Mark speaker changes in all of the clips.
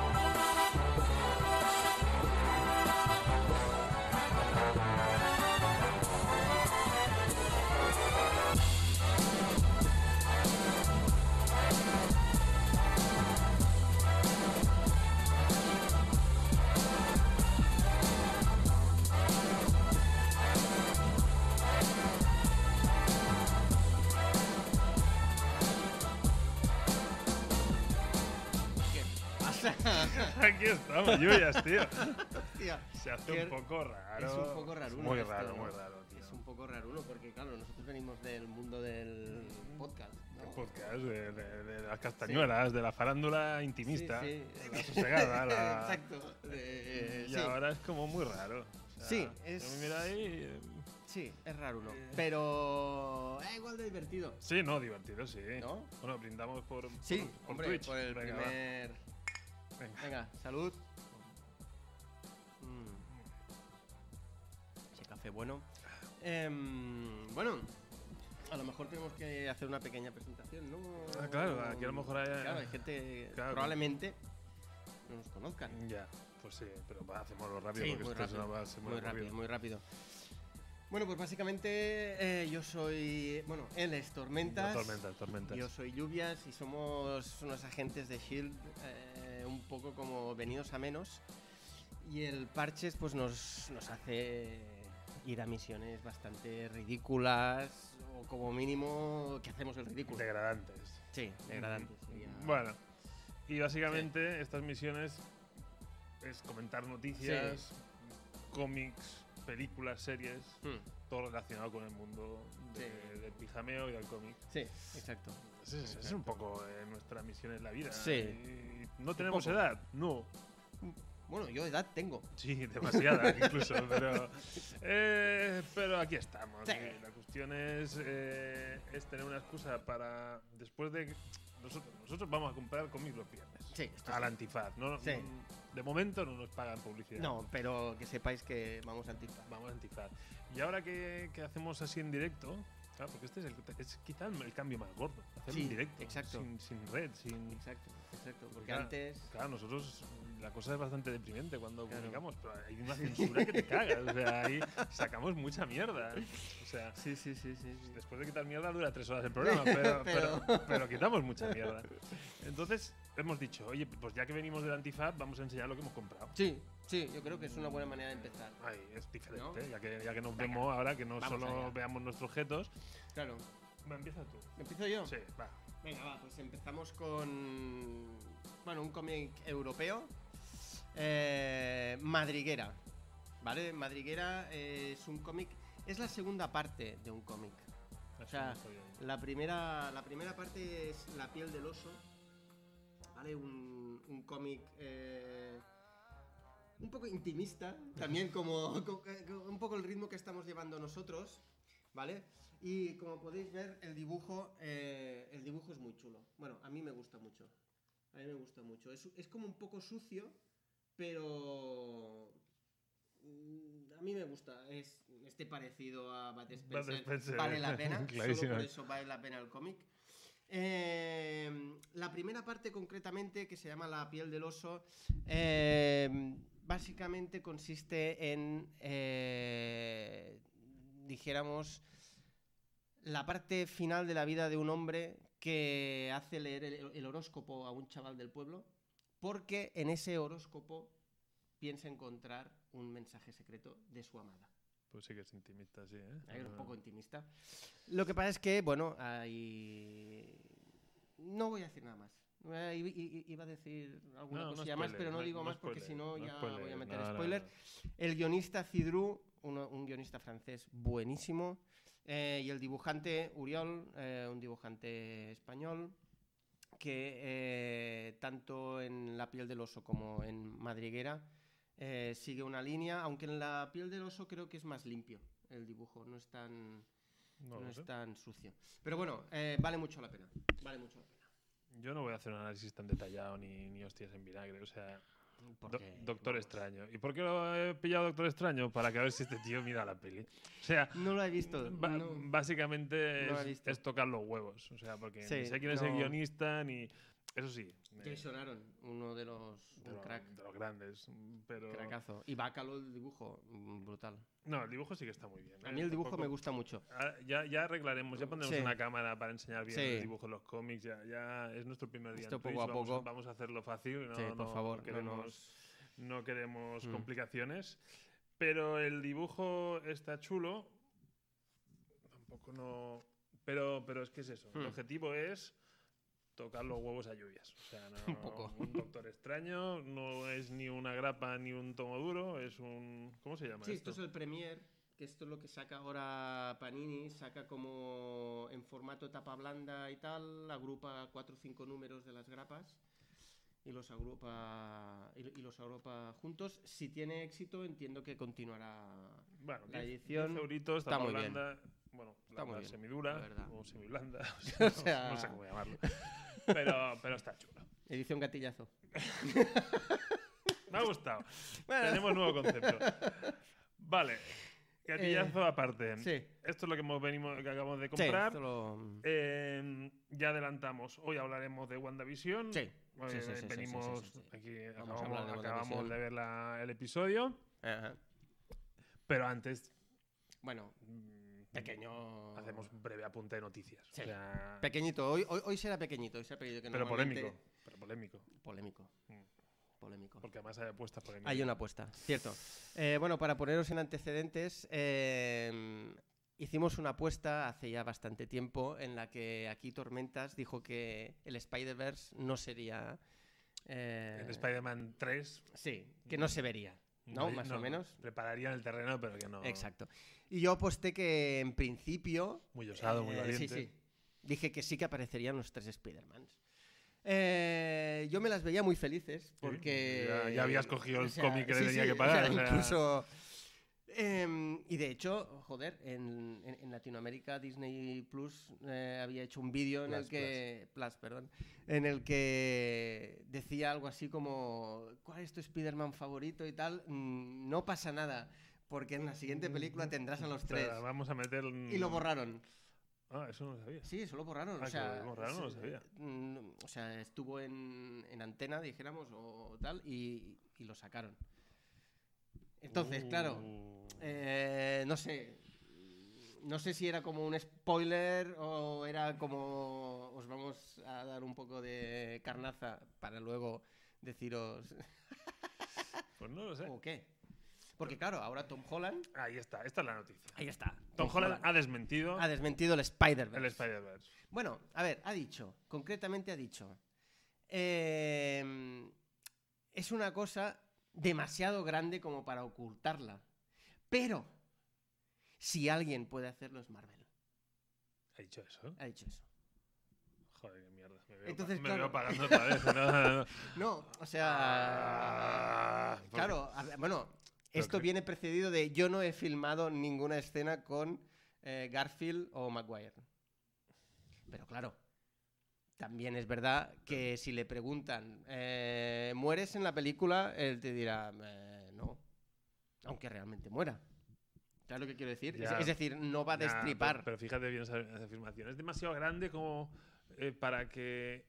Speaker 1: Aquí estamos, Yuyas, tío.
Speaker 2: Hostia,
Speaker 1: Se hace
Speaker 2: que
Speaker 1: un poco raro.
Speaker 2: Es un poco raro. este,
Speaker 1: Muy raro, muy raro, tío.
Speaker 2: Es un poco raro uno porque, claro, nosotros venimos del mundo del podcast. ¿no?
Speaker 1: El podcast de, de- de las castañuelas, de la farándula intimista,
Speaker 2: Sí, sí.
Speaker 1: la sosegada, la...
Speaker 2: Exacto. Eh, eh,
Speaker 1: Y
Speaker 2: sí,
Speaker 1: ahora es como muy raro. O sea,
Speaker 2: Sí,
Speaker 1: yo
Speaker 2: es-
Speaker 1: me miro ahí y, eh,
Speaker 2: sí, es raro uno. Pero es igual de divertido.
Speaker 1: Sí, no, divertido, sí.
Speaker 2: ¿No?
Speaker 1: Bueno, brindamos por,
Speaker 2: Sí,
Speaker 1: por
Speaker 2: hombre,
Speaker 1: Twitch.
Speaker 2: por el
Speaker 1: Venga, va.
Speaker 2: primer.
Speaker 1: Venga.
Speaker 2: Venga, salud. Mm. Ese café bueno. Em, bueno, a lo mejor tenemos que hacer una pequeña presentación, ¿no?
Speaker 1: Ah, claro, aquí a lo mejor hay-
Speaker 2: Claro, hay gente que
Speaker 1: Claro.
Speaker 2: probablemente no nos conozcan.
Speaker 1: Ya, pues sí, pero va, hacémoslo rápido
Speaker 2: Sí,
Speaker 1: porque
Speaker 2: muy
Speaker 1: esto se
Speaker 2: rápido,
Speaker 1: nos va a hacer muy,
Speaker 2: muy
Speaker 1: aburrido.
Speaker 2: rápido, muy rápido. Bueno, pues básicamente eh, yo soy. Bueno, él es Tormentas.
Speaker 1: No, tormentas, tormentas.
Speaker 2: Yo soy Lluvias y somos unos agentes de Shield, E eh, un poco como venidos a menos. Y el Parches pues nos, nos hace ir a misiones bastante ridículas o como mínimo que hacemos el ridículo.
Speaker 1: Degradantes.
Speaker 2: sí, degradante. sería.
Speaker 1: Bueno, y básicamente estas misiones es comentar noticias, cómics, películas, series,
Speaker 2: Hmm,
Speaker 1: todo relacionado con el mundo de-
Speaker 2: Sí.
Speaker 1: del pijameo y del cómic.
Speaker 2: Sí, exacto.
Speaker 1: Es, es- es un poco eh, nuestra misión en la vida.
Speaker 2: Sí.
Speaker 1: Y no tenemos
Speaker 2: poco.
Speaker 1: edad, no.
Speaker 2: Bueno, yo edad tengo.
Speaker 1: Sí, demasiada incluso, pero, eh, pero aquí estamos.
Speaker 2: Sí.
Speaker 1: y La cuestión es, eh, es tener una excusa para después de... Nosotros, nosotros vamos a comprar cómics los viernes.
Speaker 2: Sí, esto
Speaker 1: al
Speaker 2: sí.
Speaker 1: antifaz. No,
Speaker 2: Sí.
Speaker 1: no- de momento no nos pagan publicidad.
Speaker 2: No, pero que sepáis que vamos a anticipar.
Speaker 1: Vamos a antifaz. Y ahora que, que hacemos así en directo, claro, porque este es, el, es quizá el, el cambio más gordo. Hacerlo
Speaker 2: Sí,
Speaker 1: en directo.
Speaker 2: exacto.
Speaker 1: Sin, sin red, sin.
Speaker 2: Exacto, exacto. Porque
Speaker 1: Claro,
Speaker 2: antes.
Speaker 1: Claro, nosotros mm, la cosa es bastante deprimente cuando
Speaker 2: Claro.
Speaker 1: comunicamos, pero hay una censura que te cagas. O sea, ahí sacamos mucha mierda. O sea,
Speaker 2: Sí, sí, sí, sí. sí.
Speaker 1: Después de quitar mierda dura tres horas el programa, pero,
Speaker 2: Pero-
Speaker 1: pero... pero quitamos mucha mierda. Entonces hemos dicho, oye, pues ya que venimos del antifaz, vamos a enseñar lo que hemos comprado.
Speaker 2: Sí, sí, yo creo que es una buena manera de empezar.
Speaker 1: Ay, es diferente,
Speaker 2: ¿No?
Speaker 1: ya, que, ya que nos
Speaker 2: Venga,
Speaker 1: vemos ahora, que no
Speaker 2: vamos
Speaker 1: solo
Speaker 2: allá.
Speaker 1: veamos nuestros objetos.
Speaker 2: Claro.
Speaker 1: Va, empieza tú.
Speaker 2: ¿Empiezo yo?
Speaker 1: Sí, va.
Speaker 2: Venga, va, pues empezamos con. Bueno, un cómic europeo. Eh, Madriguera. ¿Vale? Madriguera eh, es un cómic. Es la segunda parte de un cómic. O sea,
Speaker 1: Así estoy ahí.
Speaker 2: La primera, la primera parte es La piel del oso. ¿Vale? Un, un cómic. eh, un poco intimista, también como, co- co- un poco el ritmo que estamos llevando nosotros, ¿vale? Y como podéis ver, el dibujo, eh, el dibujo es muy chulo. Bueno, a mí me gusta mucho. A mí me gusta mucho. Es, es como un poco sucio, pero... mm, A mí me gusta. Es este parecido a Bat Spencer.
Speaker 1: Spencer,
Speaker 2: Vale la pena. solo
Speaker 1: clarísimo.
Speaker 2: por eso vale la pena el cómic. Eh, la primera parte concretamente, que se llama La piel del oso, eh, básicamente consiste en, eh, dijéramos, la parte final de la vida de un hombre que hace leer el, el horóscopo a un chaval del pueblo, porque en ese horóscopo piensa encontrar un mensaje secreto de su amada.
Speaker 1: Pues sí que es intimista, sí, ¿eh?
Speaker 2: Era un poco intimista. Lo que pasa es que, bueno, hay... No voy a decir nada más. Eh, i- i- Iba a decir alguna
Speaker 1: No, no
Speaker 2: cosilla más,
Speaker 1: spoiler,
Speaker 2: pero no,
Speaker 1: no-
Speaker 2: digo
Speaker 1: no
Speaker 2: más porque si
Speaker 1: spoiler,
Speaker 2: no
Speaker 1: no
Speaker 2: ya
Speaker 1: spoiler,
Speaker 2: voy a meter
Speaker 1: no, no,
Speaker 2: spoiler.
Speaker 1: no.
Speaker 2: El guionista Cidru, uno- un guionista francés buenísimo. eh, y el dibujante Uriol, eh, un dibujante español, que eh, tanto en La piel del oso como en Madriguera eh, sigue una línea, aunque en La piel del oso creo que es más limpio el dibujo, no es tan,
Speaker 1: No
Speaker 2: no
Speaker 1: lo
Speaker 2: es
Speaker 1: sé.
Speaker 2: tan sucio. Pero bueno, eh, vale mucho la pena. Vale mucho la pena.
Speaker 1: Yo no voy a hacer un análisis tan detallado ni, ni hostias en vinagre. O sea, Do-
Speaker 3: Porque-
Speaker 1: Doctor Extraño. ¿Y por qué lo he pillado Doctor Extraño? Para que a ver si este tío mira la peli. O sea,
Speaker 2: No lo he visto.
Speaker 1: ba-
Speaker 2: no.
Speaker 1: básicamente
Speaker 2: No la he
Speaker 1: es,
Speaker 2: visto.
Speaker 1: es tocar los huevos. O sea, porque
Speaker 2: Sí,
Speaker 1: ni sé quién es el
Speaker 2: no.
Speaker 1: guionista ni. Eso sí. eh,
Speaker 3: Jason Aaron, uno de los.
Speaker 1: de,
Speaker 3: un
Speaker 1: lo-
Speaker 3: crack.
Speaker 1: de los grandes. mm, Pero.
Speaker 3: Cracazo. Y Bacalo, el dibujo, mm, brutal.
Speaker 1: No, el dibujo sí que está muy bien.
Speaker 3: A
Speaker 1: eh,
Speaker 3: mí el dibujo me
Speaker 1: tampoco-
Speaker 3: gusta mucho.
Speaker 1: Ah, Ya, ya arreglaremos, ya pondremos
Speaker 2: Sí.
Speaker 1: una cámara para enseñar bien
Speaker 3: Sí.
Speaker 1: el dibujo, los cómics. Ya, ya es nuestro primer día. en
Speaker 2: Esto
Speaker 1: Twitch,
Speaker 2: poco a
Speaker 1: vamos
Speaker 2: poco.
Speaker 1: Vamos a hacerlo fácil. No,
Speaker 2: Sí, por
Speaker 1: no
Speaker 2: favor, no
Speaker 1: queremos-
Speaker 2: nos-
Speaker 1: no queremos
Speaker 2: Mm.
Speaker 1: complicaciones. Pero el dibujo está chulo. Tampoco no. Pero, pero es que es eso. El
Speaker 2: Mm.
Speaker 1: objetivo es tocar los huevos a lluvias. O sea, no,
Speaker 2: Un poco.
Speaker 1: Un doctor extraño no es ni una grapa ni un tomo duro, es un. ¿Cómo se llama?
Speaker 3: Sí, esto es el Premier, que esto es lo que saca ahora Panini, saca como en formato tapa blanda y tal, agrupa cuatro o cinco números de las grapas y los agrupa y, y los agrupa juntos. Si tiene éxito, entiendo que continuará.
Speaker 1: Bueno,
Speaker 3: la
Speaker 1: 10
Speaker 3: edición
Speaker 1: 10 euritos,
Speaker 2: está
Speaker 1: tapa
Speaker 2: muy bien.
Speaker 1: blanda, Bueno,
Speaker 3: Está muy
Speaker 1: blanda
Speaker 3: bien, la
Speaker 1: semidura
Speaker 3: verdad.
Speaker 1: o semiblanda.
Speaker 3: O
Speaker 1: o sea, no-
Speaker 3: sea-
Speaker 1: no sé cómo llamarlo. Pero, pero está chulo.
Speaker 3: Edición gatillazo.
Speaker 1: Me ha gustado. Tenemos nuevo concepto. Vale. Gatillazo aparte.
Speaker 3: Eh, Sí.
Speaker 1: Esto es lo que, hemos venimos, que acabamos de
Speaker 3: Sí,
Speaker 1: comprar.
Speaker 3: esto lo-
Speaker 1: Eh, ya adelantamos. Hoy hablaremos de WandaVision.
Speaker 3: Sí,
Speaker 1: Hoy
Speaker 3: sí, sí, sí, sí, sí,
Speaker 1: venimos
Speaker 3: sí, sí, sí.
Speaker 1: aquí.
Speaker 3: Vamos a
Speaker 1: acabamos
Speaker 3: hablar de
Speaker 1: acabamos
Speaker 3: WandaVision.
Speaker 1: de ver la- el episodio.
Speaker 3: eh, Ajá.
Speaker 1: Pero antes.
Speaker 3: Bueno,
Speaker 1: mm,
Speaker 3: pequeño.
Speaker 1: Hacemos un breve apunte de noticias.
Speaker 3: Sí.
Speaker 1: O sea,
Speaker 3: Pequeñito, hoy, hoy, hoy será pequeñito, hoy será pequeñito. Que
Speaker 1: pero
Speaker 3: normalmente-
Speaker 1: polémico. Pero polémico.
Speaker 3: Polémico.
Speaker 1: Mm.
Speaker 3: Polémico.
Speaker 1: Porque además hay apuestas por el
Speaker 2: Hay
Speaker 1: medio.
Speaker 2: una apuesta, cierto. Eh, bueno, para poneros en antecedentes, eh, hicimos una apuesta hace ya bastante tiempo en la que aquí Tormentas dijo que el Spider-Verse no sería... eh,
Speaker 1: En Spider-Man 3.
Speaker 2: sí, que no se vería. ¿No? Más o menos.
Speaker 1: Prepararían el terreno, pero que no.
Speaker 2: Exacto. Y yo aposté que en principio
Speaker 1: Muy osado, muy
Speaker 2: Eh,
Speaker 1: valiente.
Speaker 2: Sí, sí. Dije que sí que aparecerían los tres Spider-Mans. Eh, yo me las veía muy felices porque.
Speaker 1: ya- ya habías cogido el cómic que le
Speaker 2: sí,
Speaker 1: tenía
Speaker 2: sí,
Speaker 1: que
Speaker 2: o
Speaker 1: pagar,
Speaker 2: sea,
Speaker 1: o sea.
Speaker 2: Incluso. em, y de hecho, joder, en, en- en Latinoamérica Disney Plus eh, había hecho un vídeo en
Speaker 1: Plus,
Speaker 2: el que. Plus, perdón. En el que decía algo así como: ¿Cuál es tu Spider-Man favorito y tal? Mm, no pasa nada, porque en la siguiente película tendrás a los
Speaker 1: O sea,
Speaker 2: tres.
Speaker 1: vamos a meter.
Speaker 2: Y lo borraron.
Speaker 1: Ah, eso no lo sabía.
Speaker 2: Sí, eso lo borraron.
Speaker 1: Ah,
Speaker 2: o
Speaker 1: que
Speaker 2: sea,
Speaker 1: lo borraron, no lo
Speaker 2: se-
Speaker 1: sabía.
Speaker 2: mm, O sea, estuvo en, en antena, dijéramos, o tal, y, y lo sacaron. Entonces, claro,
Speaker 1: Uh,
Speaker 2: eh, no sé. No sé si era como un spoiler o era como os vamos a dar un poco de carnaza para luego deciros
Speaker 1: Pues no lo sé.
Speaker 2: o qué. Porque claro, ahora Tom Holland
Speaker 1: Ahí está, esta es la noticia.
Speaker 2: ahí está.
Speaker 1: Tom Holland ha desmentido
Speaker 2: ha desmentido el
Speaker 1: el
Speaker 2: Spider-Verse.
Speaker 1: Spider-Verse.
Speaker 2: Bueno, a ver, ha dicho, concretamente ha dicho, em, es una cosa demasiado grande como para ocultarla, pero si alguien puede hacerlo es Marvel.
Speaker 1: ¿Ha dicho eso?
Speaker 2: Ha dicho eso.
Speaker 1: Joder, qué mierda. Me veo,
Speaker 2: Entonces,
Speaker 1: pa- me
Speaker 2: claro.
Speaker 1: veo pagando otra vez. ¿no? No, no.
Speaker 2: No, o sea,
Speaker 1: Ah, porque-
Speaker 2: claro, a ver, bueno,
Speaker 1: Pero
Speaker 2: esto
Speaker 1: que-
Speaker 2: viene precedido de yo no he filmado ninguna escena con eh, Garfield o Maguire. Pero claro, también es verdad que si le preguntan, eh, ¿mueres en la película? Él te dirá, "Eh, no, aunque realmente muera. ¿Sabes lo que quiero decir? Es-
Speaker 1: Ya.
Speaker 2: Es, decir, no va a
Speaker 1: Nah, pero-
Speaker 2: destripar.
Speaker 1: Pero, fíjate bien esa, esa afirmación. Es demasiado grande como eh, para que.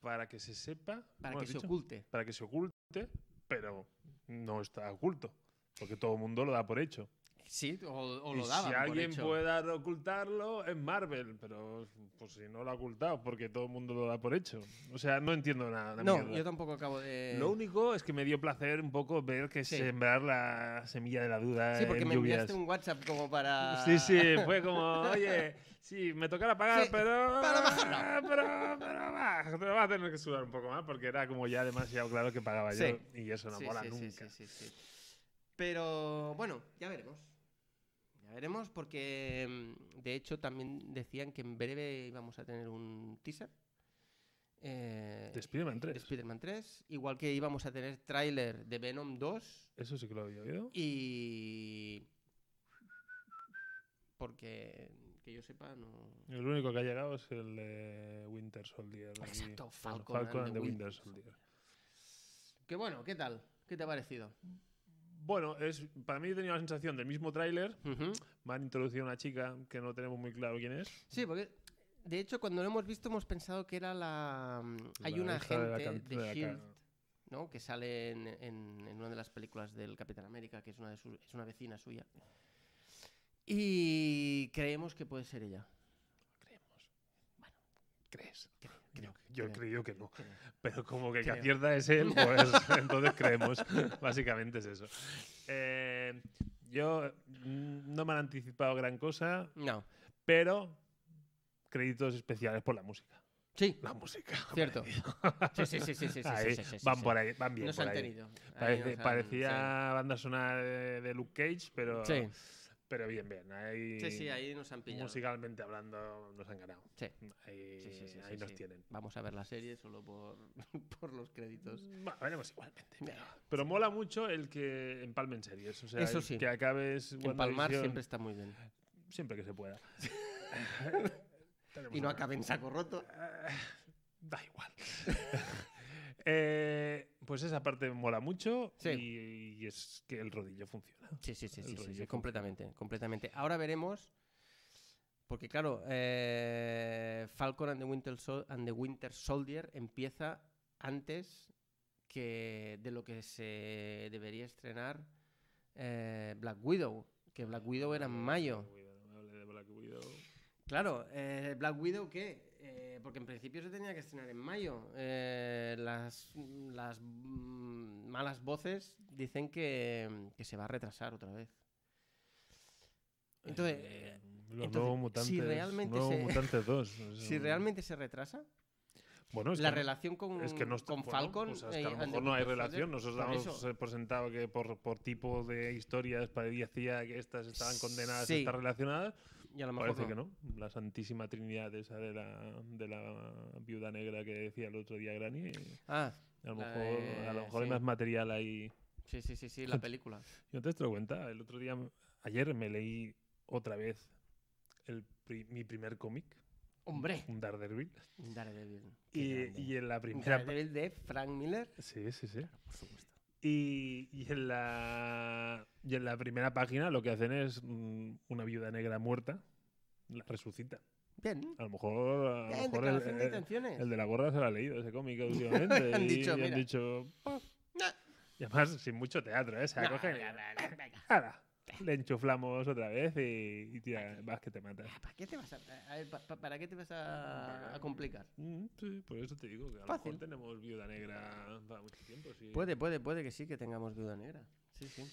Speaker 1: Para que se sepa.
Speaker 2: para
Speaker 1: ¿cómo
Speaker 2: que
Speaker 1: has
Speaker 2: se
Speaker 1: dicho?
Speaker 2: oculte.
Speaker 1: para que se oculte, pero no está oculto. Porque todo el mundo lo da por hecho.
Speaker 2: Sí, o, o
Speaker 1: Y
Speaker 2: lo daban
Speaker 1: si
Speaker 2: por
Speaker 1: alguien
Speaker 2: hecho.
Speaker 1: pueda ocultarlo, es Marvel. Pero pues si no lo ha ocultado, porque todo el mundo lo da por hecho. O sea, no entiendo nada. la
Speaker 2: No,
Speaker 1: mierda.
Speaker 2: yo tampoco acabo de...
Speaker 1: Lo único es que me dio placer un poco ver que
Speaker 2: Sí.
Speaker 1: sembrar la semilla de la duda.
Speaker 2: Sí, porque
Speaker 1: en
Speaker 2: me
Speaker 1: lluvias.
Speaker 2: enviaste un WhatsApp como para...
Speaker 1: Sí, sí, fue como, oye, sí, me tocará pagar,
Speaker 2: Sí,
Speaker 1: pero.
Speaker 2: pero bajarlo.
Speaker 1: Pero, pero va, te lo vas a tener que sudar un poco más porque era como ya demasiado claro que pagaba
Speaker 2: Sí.
Speaker 1: yo y eso no
Speaker 2: Sí,
Speaker 1: mola
Speaker 2: sí, sí,
Speaker 1: nunca.
Speaker 2: sí, sí, sí. Pero bueno, ya veremos. Ya veremos porque mm, de hecho también decían que en breve íbamos a tener un teaser. eh,
Speaker 1: De Spider-Man
Speaker 2: de
Speaker 1: 3.
Speaker 2: Spider-Man 3, igual que íbamos a tener tráiler de Venom 2
Speaker 1: Eso sí que lo había oído.
Speaker 2: y... Porque que yo sepa, no.
Speaker 1: El único que ha llegado es el de Winter Soldier. aquí.
Speaker 2: Exacto,
Speaker 1: Bueno,
Speaker 2: Falcon and
Speaker 1: and
Speaker 2: the
Speaker 1: the Winter
Speaker 2: Winter
Speaker 1: Soldier.
Speaker 2: Que bueno, ¿qué tal? ¿Qué te ha parecido?
Speaker 1: Bueno, es, para mí he tenido la sensación del mismo tráiler.
Speaker 2: Ujú.
Speaker 1: Me han introducido a una chica que no tenemos muy claro quién es.
Speaker 2: Sí, porque de hecho cuando lo hemos visto hemos pensado que era la... mm, Hay
Speaker 1: La
Speaker 2: una
Speaker 1: hija de la
Speaker 2: agente
Speaker 1: can-
Speaker 2: de,
Speaker 1: de la
Speaker 2: Shield,
Speaker 1: can-
Speaker 2: ¿no? Que sale en, en- en una de las películas del Capitán América, que es una, de su- es una vecina suya. Y creemos que puede ser ella.
Speaker 1: ¿Crees?
Speaker 2: Creo,
Speaker 1: Yo,
Speaker 2: creo,
Speaker 1: yo he
Speaker 2: creo,
Speaker 1: creído que no.
Speaker 2: creo.
Speaker 1: Pero como que, que
Speaker 2: Creo.
Speaker 1: acierta es él, pues entonces creemos. Básicamente es eso. Eh, yo mm, no me han anticipado gran cosa,
Speaker 2: No.
Speaker 1: pero créditos especiales por la música.
Speaker 2: Sí,
Speaker 1: La música.
Speaker 2: cierto. Sí, sí, sí, sí, sí, sí,
Speaker 1: Ahí,
Speaker 2: sí, sí, sí,
Speaker 1: van
Speaker 2: sí.
Speaker 1: por ahí, van bien
Speaker 2: Nos
Speaker 1: por
Speaker 2: han
Speaker 1: ahí.
Speaker 2: tenido. Ahí
Speaker 1: Parece-
Speaker 2: nos han-
Speaker 1: parecía banda sonora de, de Luke Cage, pero,
Speaker 2: Sí.
Speaker 1: pero bien, bien. Ahí,
Speaker 2: Sí. sí, sí, ahí nos han pillado.
Speaker 1: musicalmente hablando, nos han ganado.
Speaker 2: Sí.
Speaker 1: Ahí,
Speaker 2: Sí, sí, sí,
Speaker 1: ahí
Speaker 2: sí,
Speaker 1: nos
Speaker 2: sí.
Speaker 1: tienen.
Speaker 2: Vamos a ver la serie solo por, por los créditos.
Speaker 1: Bueno, veremos igualmente. Pero, pero mola mucho el que empalmen series. O sea,
Speaker 2: Eso
Speaker 1: el
Speaker 2: sí.
Speaker 1: que acabes
Speaker 2: Empalmar
Speaker 1: WandaVision
Speaker 2: siempre está muy bien.
Speaker 1: siempre que se pueda. Tenemos
Speaker 2: Y no
Speaker 1: una-
Speaker 2: acabe en saco roto.
Speaker 1: Eh, Da igual. Eh, pues esa parte mola mucho
Speaker 2: Sí.
Speaker 1: y, y es que el rodillo funciona.
Speaker 2: Sí, sí, sí,
Speaker 1: El
Speaker 2: sí, sí,
Speaker 1: rollo
Speaker 2: sí,
Speaker 1: que-
Speaker 2: completamente, completamente. Ahora veremos, porque claro, eh, Falcon and the, Winter Sol- and the Winter Soldier empieza antes que de lo que se debería estrenar eh, Black Widow, que Black Widow era en mayo.
Speaker 1: Black Widow, no me hable de Black Widow.
Speaker 2: Claro, eh, Black Widow qué? Eh, porque en principio se tenía que estrenar en mayo. Eh, las las mm, malas voces dicen que, que se va a retrasar otra vez. Entonces,
Speaker 1: Eh,
Speaker 2: eh,
Speaker 1: los
Speaker 2: entonces,
Speaker 1: nuevos
Speaker 2: si
Speaker 1: mutantes,
Speaker 2: realmente
Speaker 1: nuevos
Speaker 2: se-
Speaker 1: mutantes 2. o sea,
Speaker 2: si realmente se retrasa,
Speaker 1: bueno, es
Speaker 2: la
Speaker 1: que mm. no-
Speaker 2: relación con,
Speaker 1: es que no está-
Speaker 2: con
Speaker 1: bueno,
Speaker 2: Falcon.
Speaker 1: pues es que
Speaker 2: eh,
Speaker 1: a
Speaker 2: and
Speaker 1: lo
Speaker 2: the
Speaker 1: mejor no hay
Speaker 2: Winter
Speaker 1: relación.
Speaker 2: Soldier,
Speaker 1: Nosotros
Speaker 2: por
Speaker 1: damos
Speaker 2: eso.
Speaker 1: eh, por sentado que por, por tipo de historias parecía que estas estaban condenadas
Speaker 2: Sí.
Speaker 1: a estar relacionadas.
Speaker 2: Y a lo mejor
Speaker 1: Parece que no. La santísima trinidad esa de la, de la viuda negra que decía el otro día Granny. eh,
Speaker 2: Ah,
Speaker 1: A lo
Speaker 2: La
Speaker 1: mejor, a lo
Speaker 2: de-
Speaker 1: mejor hay
Speaker 2: sí.
Speaker 1: más material ahí.
Speaker 2: sí, sí, sí, sí, la película.
Speaker 1: Yo te lo cuenta, el otro día, ayer me leí otra vez el pri- mi primer cómic,
Speaker 2: ¡Hombre!
Speaker 1: un Daredevil.
Speaker 2: Daredevil. qué
Speaker 1: Y,
Speaker 2: grande.
Speaker 1: y en la primera. pa-
Speaker 2: Daredevil de Frank Miller.
Speaker 1: Sí, sí, sí.
Speaker 2: Por supuesto.
Speaker 1: Y, y en la, y en la primera página lo que hacen es mm, una viuda negra muerta, la resucita.
Speaker 2: Bien.
Speaker 1: A lo mejor, a lo
Speaker 2: Bien,
Speaker 1: mejor el,
Speaker 2: declaración de
Speaker 1: el-
Speaker 2: intenciones.
Speaker 1: el de la gorra se lo ha leído ese cómic últimamente.
Speaker 2: Han
Speaker 1: y,
Speaker 2: dicho,
Speaker 1: y han
Speaker 2: "Mira".
Speaker 1: dicho, "Pa".
Speaker 2: Nah.
Speaker 1: Y además, sin mucho teatro, ¿eh? Se
Speaker 2: No,
Speaker 1: acogen.
Speaker 2: no, no, no, venga.
Speaker 1: Ala, Le enchuflamos otra vez y, y tira, vas que te matas.
Speaker 2: Ah, ¿Para qué te vas a, a ver, pa- pa- para qué te vas a, a complicar?
Speaker 1: Mm, sí, por eso te digo que a lo
Speaker 2: Fácil.
Speaker 1: mejor tenemos viuda negra para mucho tiempo. sí.
Speaker 2: Puede, puede, puede que sí que tengamos viuda negra. Sí, sí. Eh,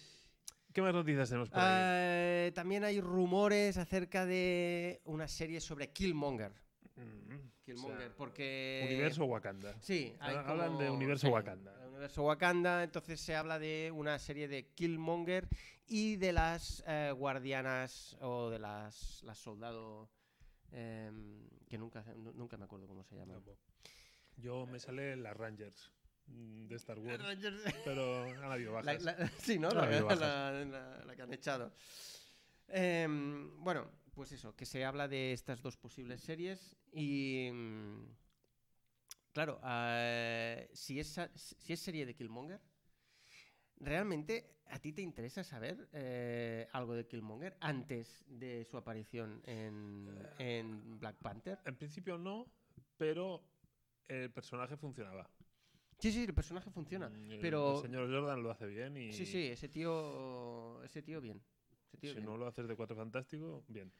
Speaker 1: ¿Qué más noticias tenemos por ahí?
Speaker 2: Ah, también hay rumores acerca de una serie sobre Killmonger.
Speaker 1: Mm,
Speaker 2: Killmonger,
Speaker 1: o sea,
Speaker 2: porque
Speaker 1: Universo Wakanda.
Speaker 2: Sí, hay
Speaker 1: Ha- hablan
Speaker 2: como-
Speaker 1: de Universo
Speaker 2: sí,
Speaker 1: Wakanda.
Speaker 2: de Universo Wakanda, entonces se habla de una serie de Killmonger y de las eh, guardianas o de las, las soldado em, que nunca, nu- nunca me acuerdo cómo se llaman.
Speaker 1: Tampoco. Yo me sale las Rangers mm, de Star Wars, pero han habido
Speaker 2: La-
Speaker 1: bajas.
Speaker 2: la- sí, ¿no?
Speaker 1: Ah,
Speaker 2: La,
Speaker 1: bien, bajas.
Speaker 2: la- la- la que han echado. Em, bueno, pues eso, que se habla de estas dos posibles series y... mm, Claro, eh, si, es, sa- si es serie de Killmonger, ¿realmente a ti te interesa saber eh, algo de Killmonger antes de su aparición en, en Black Panther?
Speaker 1: En principio no, pero el personaje funcionaba.
Speaker 2: Sí, sí, el personaje funciona.
Speaker 1: Mm, el-
Speaker 2: pero-
Speaker 1: El señor Jordan lo hace bien y
Speaker 2: Sí, sí, ese tío, ese tío bien. Ese tío
Speaker 1: si
Speaker 2: bien.
Speaker 1: no lo haces de Cuatro Fantástico, bien.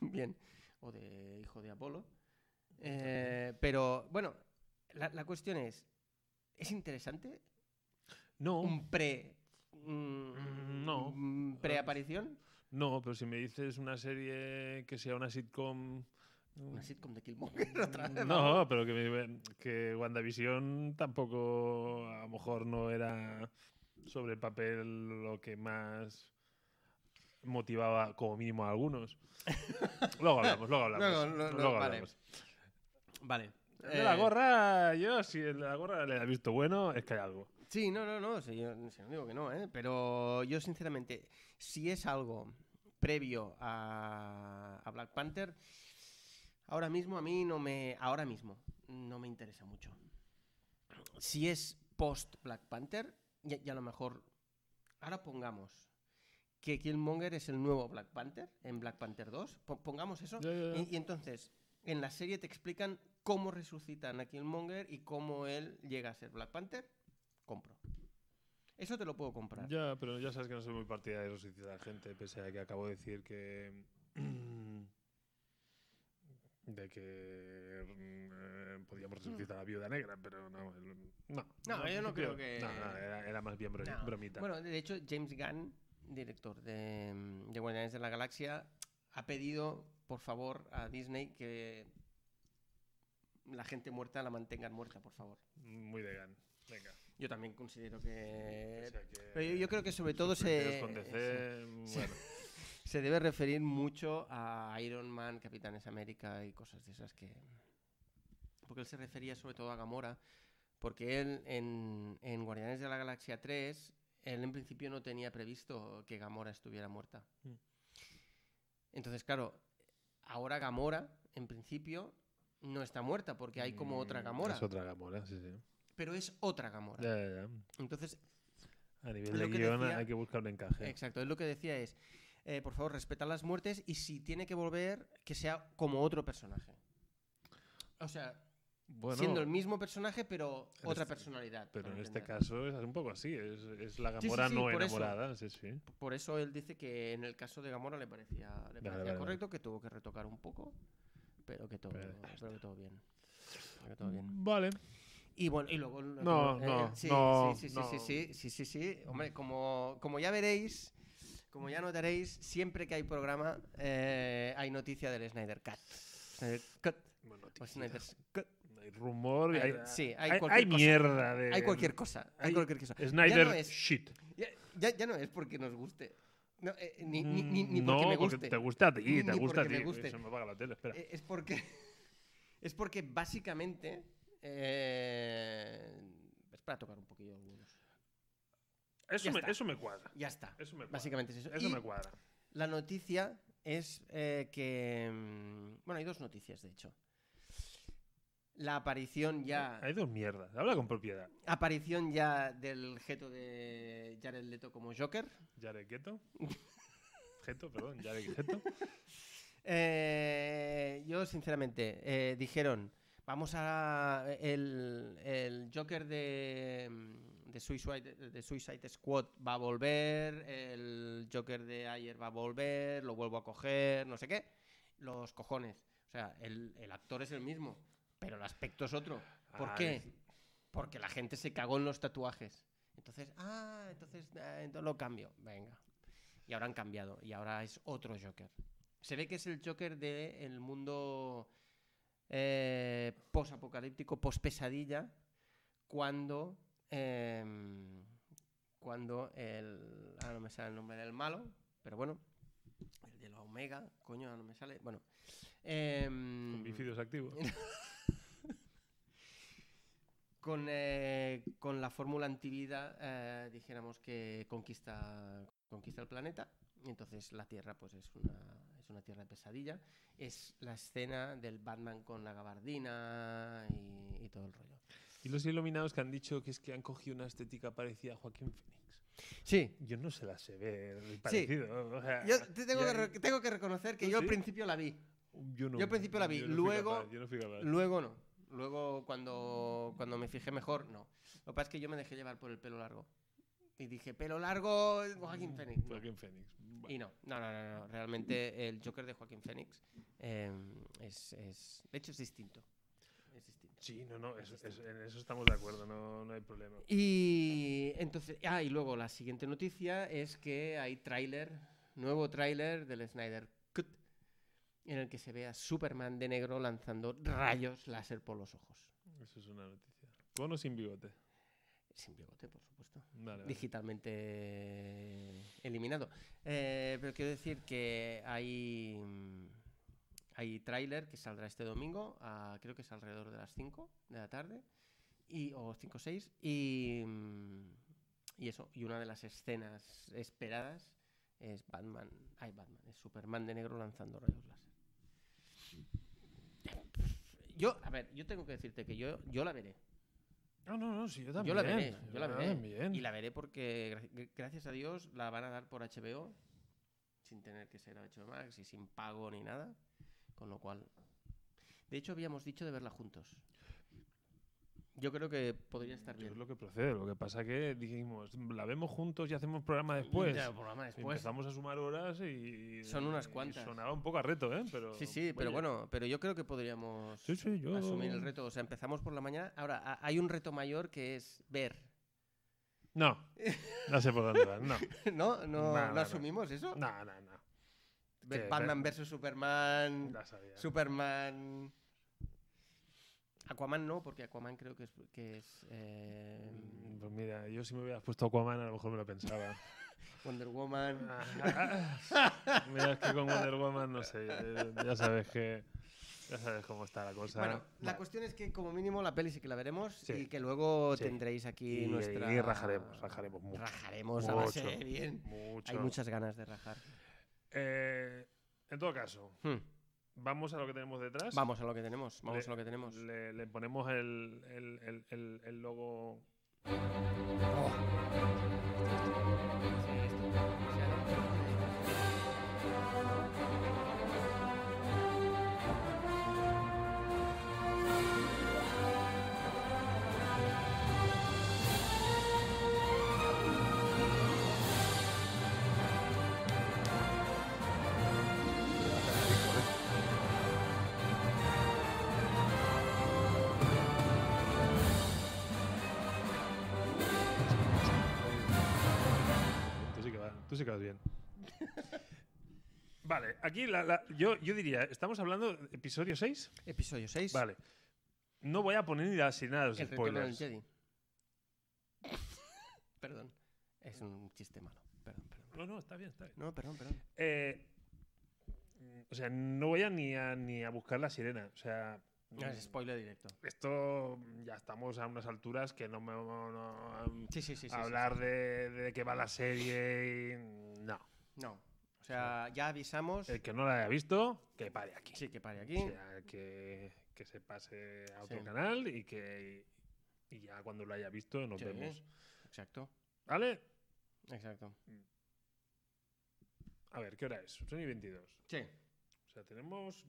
Speaker 2: Bien. O de hijo de Apolo. Eh, pero bueno, la, la cuestión es, ¿es interesante
Speaker 1: No,
Speaker 2: un pre... mm,
Speaker 1: no.
Speaker 2: mm, ¿Preaparición?
Speaker 1: no, pero si me dices una serie que sea una sitcom... mm,
Speaker 2: Una sitcom de Killmonger otra vez. vamos.
Speaker 1: No, pero que, me- que WandaVision tampoco a lo mejor no era sobre el papel lo que más motivaba como mínimo a algunos. Luego hablamos, luego hablamos.
Speaker 2: Luego, lo- lo- vale.
Speaker 1: hablamos.
Speaker 2: Vale.
Speaker 1: De la
Speaker 2: Eh,
Speaker 1: gorra, yo si de la gorra le he visto bueno, es que hay algo.
Speaker 2: Sí, no, no, no, sí, yo, sí, no digo que no, ¿eh? pero yo sinceramente, si es algo previo a, a Black Panther, ahora mismo a mí no me. Ahora mismo no me interesa mucho. Si es post Black Panther, ya, ya a lo mejor. Ahora pongamos que Killmonger es el nuevo Black Panther en Black Panther 2. po- Pongamos eso.
Speaker 1: Ya, ya, ya.
Speaker 2: Y, y entonces, en la serie te explican cómo resucitan a Killmonger y cómo él llega a ser Black Panther. Compro. Eso te lo puedo comprar.
Speaker 1: Ya, pero ya sabes que no soy muy partidario de resucitar gente, pese a que acabo de decir que. de que. mm, podíamos resucitar a la viuda negra, pero no. el- No,
Speaker 2: No, yo no creo que-
Speaker 1: No, no, era, era más bien bro-
Speaker 2: No.
Speaker 1: bromita.
Speaker 2: Bueno, de hecho, James Gunn, director de, mm, de Guardianes de la Galaxia, ha pedido, por favor, a Disney que la gente muerta la mantengan muerta, por favor.
Speaker 1: Muy de gan. Venga.
Speaker 2: Yo también considero que...
Speaker 1: O sea que-
Speaker 2: Eh, Pero yo, yo creo que sobre todo
Speaker 1: sus
Speaker 2: se,
Speaker 1: principios Con
Speaker 2: se,
Speaker 1: DC,
Speaker 2: sí.
Speaker 1: bueno.
Speaker 2: se debe referir mucho a Iron Man, Capitanes América y cosas de esas que... Porque él se refería sobre todo a Gamora, porque él en, en Guardianes de la Galaxia 3, él en principio no tenía previsto que Gamora estuviera muerta.
Speaker 1: Mm.
Speaker 2: Entonces, claro, ahora Gamora, en principio, no está muerta, porque hay como otra
Speaker 1: Mm,
Speaker 2: Gamora,
Speaker 1: Es otra Gamora, sí, sí.
Speaker 2: pero es otra Gamora.
Speaker 1: Ya, ya,
Speaker 2: Entonces,
Speaker 1: ya. A nivel
Speaker 2: Lo
Speaker 1: de
Speaker 2: que
Speaker 1: guión
Speaker 2: decía-
Speaker 1: hay que buscar un encaje.
Speaker 2: Exacto, es lo que decía es, eh, por favor, respetad las muertes y si tiene que volver, que sea como otro personaje. O sea,
Speaker 1: Bueno,
Speaker 2: siendo el mismo personaje, pero
Speaker 1: en
Speaker 2: otra
Speaker 1: este-
Speaker 2: personalidad.
Speaker 1: pero
Speaker 2: para
Speaker 1: en este
Speaker 2: entender.
Speaker 1: caso es un poco así. Es, es la
Speaker 2: Sí, sí,
Speaker 1: Gamora
Speaker 2: sí,
Speaker 1: no
Speaker 2: por eso.
Speaker 1: enamorada, sí, sí.
Speaker 2: Por eso él dice que en el caso de Gamora le parecía, le
Speaker 1: Vale,
Speaker 2: parecía
Speaker 1: vale,
Speaker 2: correcto, que tuvo que retocar un poco, pero que todo,
Speaker 1: Pero ya
Speaker 2: pero que todo bien. Pero que todo bien.
Speaker 1: Vale.
Speaker 2: Y bueno, y luego... lo-
Speaker 1: No,
Speaker 2: eh,
Speaker 1: no,
Speaker 2: eh, sí,
Speaker 1: no,
Speaker 2: sí, sí,
Speaker 1: no.
Speaker 2: sí, sí, sí, sí, sí. Hombre, como, como ya veréis, como ya notaréis, siempre que hay programa eh, hay noticia del Snyder Cut. Snyder Cut.
Speaker 1: Bueno,
Speaker 2: o Pues Snyder Cut.
Speaker 1: Hay rumor, y
Speaker 2: Hay-
Speaker 1: hay,
Speaker 2: sí, hay
Speaker 1: hay,
Speaker 2: cualquier
Speaker 1: hay
Speaker 2: cosa.
Speaker 1: mierda de.
Speaker 2: Hay cualquier cosa. Hay
Speaker 1: Eh, hay-
Speaker 2: cualquier cosa. Ya
Speaker 1: Snyder
Speaker 2: no es,
Speaker 1: shit.
Speaker 2: ya, ya- ya no es porque nos guste. No, eh, ni, ni, ni, ni
Speaker 1: Mm,
Speaker 2: porque
Speaker 1: no,
Speaker 2: me guste.
Speaker 1: te gusta a ti,
Speaker 2: Ni-
Speaker 1: te
Speaker 2: ni
Speaker 1: gusta a
Speaker 2: porque me
Speaker 1: ti.
Speaker 2: guste.
Speaker 1: Se me apaga la tele, espera.
Speaker 2: Eh, Es porque. Es porque básicamente. eh, es para tocar un poquillo algunos.
Speaker 1: eso,
Speaker 2: ya
Speaker 1: me,
Speaker 2: está.
Speaker 1: eso me cuadra.
Speaker 2: Ya está.
Speaker 1: Eso me cuadra.
Speaker 2: Básicamente es eso.
Speaker 1: Eso
Speaker 2: Y
Speaker 1: me cuadra.
Speaker 2: La noticia es eh, que. mm, Bueno, hay dos noticias, de hecho. La aparición ya.
Speaker 1: Hay dos mierdas. Habla con propiedad.
Speaker 2: Aparición ya del geto de Jared Leto como Joker.
Speaker 1: Jared Geto. Geto, perdón. Jared Geto.
Speaker 2: Eh, yo, sinceramente, eh, dijeron. Vamos a. El, el Joker de, mm, de, Suicide, de Suicide Squad va a volver. El Joker de ayer va a volver. Lo vuelvo a coger. No sé qué. Los cojones. O sea, el, el actor es el mismo. Pero el aspecto es otro. ¿Por
Speaker 1: Ah,
Speaker 2: qué?
Speaker 1: es-
Speaker 2: Porque la gente se cagó en los tatuajes. Entonces, ah, entonces, ah, entonces lo cambio. Venga. Y ahora han cambiado. Y ahora es otro Joker. Se ve que es el Joker del mundo eh, post-apocalíptico, post-pesadilla, cuando. em, cuando el. Ahora no me sale el nombre del malo, pero bueno. El de la Omega, coño, ahora no me sale. Bueno. em,
Speaker 1: Con bífidos activos.
Speaker 2: con, eh, con la fórmula antivida, eh, dijéramos que conquista, conquista el planeta. Y entonces la Tierra pues es una, es una tierra de pesadilla. Es la escena del Batman con la gabardina y, y todo el rollo.
Speaker 1: Y los iluminados que han dicho que es que han cogido una estética parecida a Joaquín Phoenix.
Speaker 2: Sí.
Speaker 1: Yo no se la sé ver el parecido. o sea,
Speaker 2: Yo te tengo,
Speaker 1: ya-
Speaker 2: que, re- tengo que reconocer que
Speaker 1: ¿Ah,
Speaker 2: yo
Speaker 1: sí?
Speaker 2: al principio la vi,
Speaker 1: yo, no,
Speaker 2: yo al principio la vi,
Speaker 1: no fui
Speaker 2: luego-
Speaker 1: capaz, yo no fui capaz.
Speaker 2: luego no. Luego cuando, cuando me fijé mejor, no. Lo que pasa es que yo me dejé llevar por el pelo largo. Y dije, pelo largo, Joaquín Phoenix. No.
Speaker 1: Mm, Joaquín Phoenix.
Speaker 2: Y no, no, no, no, no. Realmente el Joker de Joaquín Phoenix eh, es, es- De hecho, es distinto. Es distinto.
Speaker 1: Sí, no, no, eso- eso- en eso estamos de acuerdo, no, no hay problema.
Speaker 2: Y entonces. Ah, y luego la siguiente noticia es que hay tráiler, nuevo tráiler del Snyder Cut, en el que se ve a Superman de negro lanzando rayos láser por los ojos.
Speaker 1: Eso es una noticia. Con o sin bigote.
Speaker 2: Sin bigote, por supuesto.
Speaker 1: Vale, vale.
Speaker 2: digitalmente eliminado. Eh, pero quiero decir que hay, mm, hay tráiler que saldrá este domingo, a- creo que es alrededor de las 5 de la tarde, y, o 5 o 6, y, mm, y eso, y una de las escenas esperadas es Batman. Ay, Batman, es Superman de negro lanzando rayos láser. Yo, a ver, yo tengo que decirte que yo, yo la veré.
Speaker 1: No, no, no, sí, yo también. Ah,
Speaker 2: Yo la veré, yo la veré.
Speaker 1: también.
Speaker 2: Y la veré porque, gra- gra- gracias a Dios, la van a dar por HBO, sin tener que ser HBO Max y sin pago ni nada. Con lo cual. De hecho, habíamos dicho de verla juntos. Yo creo que podría estar
Speaker 1: Yo
Speaker 2: bien.
Speaker 1: es lo que procede. Lo que pasa que dijimos, la vemos juntos y hacemos programa después.
Speaker 2: Ya, el programa
Speaker 1: Y
Speaker 2: después.
Speaker 1: Empezamos a sumar horas y.
Speaker 2: pues, Son unas
Speaker 1: y
Speaker 2: cuantas.
Speaker 1: sonaba un poco a reto, ¿eh? Pero,
Speaker 2: Sí, sí, pero
Speaker 1: oye,
Speaker 2: bueno, pero yo creo que podríamos
Speaker 1: Sí, sí, yo.
Speaker 2: asumir el reto. O sea, empezamos por la mañana. Ahora, ha- hay un reto mayor que es ver.
Speaker 1: No, no sé por dónde vas. No,
Speaker 2: ¿No? ¿No,
Speaker 1: Nah,
Speaker 2: no
Speaker 1: nah, nah.
Speaker 2: asumimos eso?
Speaker 1: no, no. no.
Speaker 2: Ver
Speaker 1: que-
Speaker 2: Batman versus Superman.
Speaker 1: Ya sabía.
Speaker 2: Superman. Aquaman no, porque Aquaman creo que es. Que es eh,
Speaker 1: Mm, Pues mira, yo si me hubieras puesto Aquaman a lo mejor me lo pensaba.
Speaker 2: Wonder
Speaker 1: Ah,
Speaker 2: Woman.
Speaker 1: mira, es que con Wonder Woman no sé. eh, Ya sabes que. Ya sabes cómo está la cosa.
Speaker 2: bueno, la
Speaker 1: Vale.
Speaker 2: cuestión es que como mínimo la peli sí que la veremos
Speaker 1: Sí.
Speaker 2: y que luego
Speaker 1: Sí.
Speaker 2: tendréis aquí
Speaker 1: Y-
Speaker 2: nuestra.
Speaker 1: y rajaremos, rajaremos mucho.
Speaker 2: Rajaremos a base
Speaker 1: Mucho.
Speaker 2: de bien.
Speaker 1: Mucho.
Speaker 2: Hay muchas ganas de rajar.
Speaker 1: Eh, en todo caso,
Speaker 2: Hmm,
Speaker 1: vamos a lo que tenemos detrás.
Speaker 2: Vamos a lo que tenemos. Vamos
Speaker 1: Le-
Speaker 2: a lo que tenemos.
Speaker 1: Le, le ponemos el, el- el- el- el logo.
Speaker 2: Oh.
Speaker 1: Tú sí que, va- tú sí que vas bien. vale, aquí la- la- yo, yo diría, ¿estamos hablando de episodio 6?
Speaker 2: Episodio 6.
Speaker 1: Vale. No voy a poner ni las ni nada de los
Speaker 2: El retorno del
Speaker 1: Pues spoilers.
Speaker 2: Jedi. perdón. Es un chiste malo. Perdón, perdón.
Speaker 1: No, no, está bien, está bien.
Speaker 2: No, perdón, perdón.
Speaker 1: Eh, mm, o sea, no voy a ni, a ni a buscar la sirena. O sea.
Speaker 2: No, es spoiler directo.
Speaker 1: Esto ya estamos a unas alturas que no me. no- no-
Speaker 2: Sí, sí, sí. sí, sí,
Speaker 1: hablar De, de qué va la serie. y- No.
Speaker 2: sí. No. O sea, ya avisamos.
Speaker 1: El que no la haya visto, que pare aquí.
Speaker 2: Sí, que pare
Speaker 1: O
Speaker 2: aquí.
Speaker 1: sea, que, que se pase a otro
Speaker 2: Sí.
Speaker 1: canal y que. Y ya cuando lo haya visto nos
Speaker 2: Sí.
Speaker 1: vemos.
Speaker 2: Exacto.
Speaker 1: ¿Vale?
Speaker 2: Exacto.
Speaker 1: A ver, ¿qué hora es? Son y 22.
Speaker 2: Sí.
Speaker 1: O sea, tenemos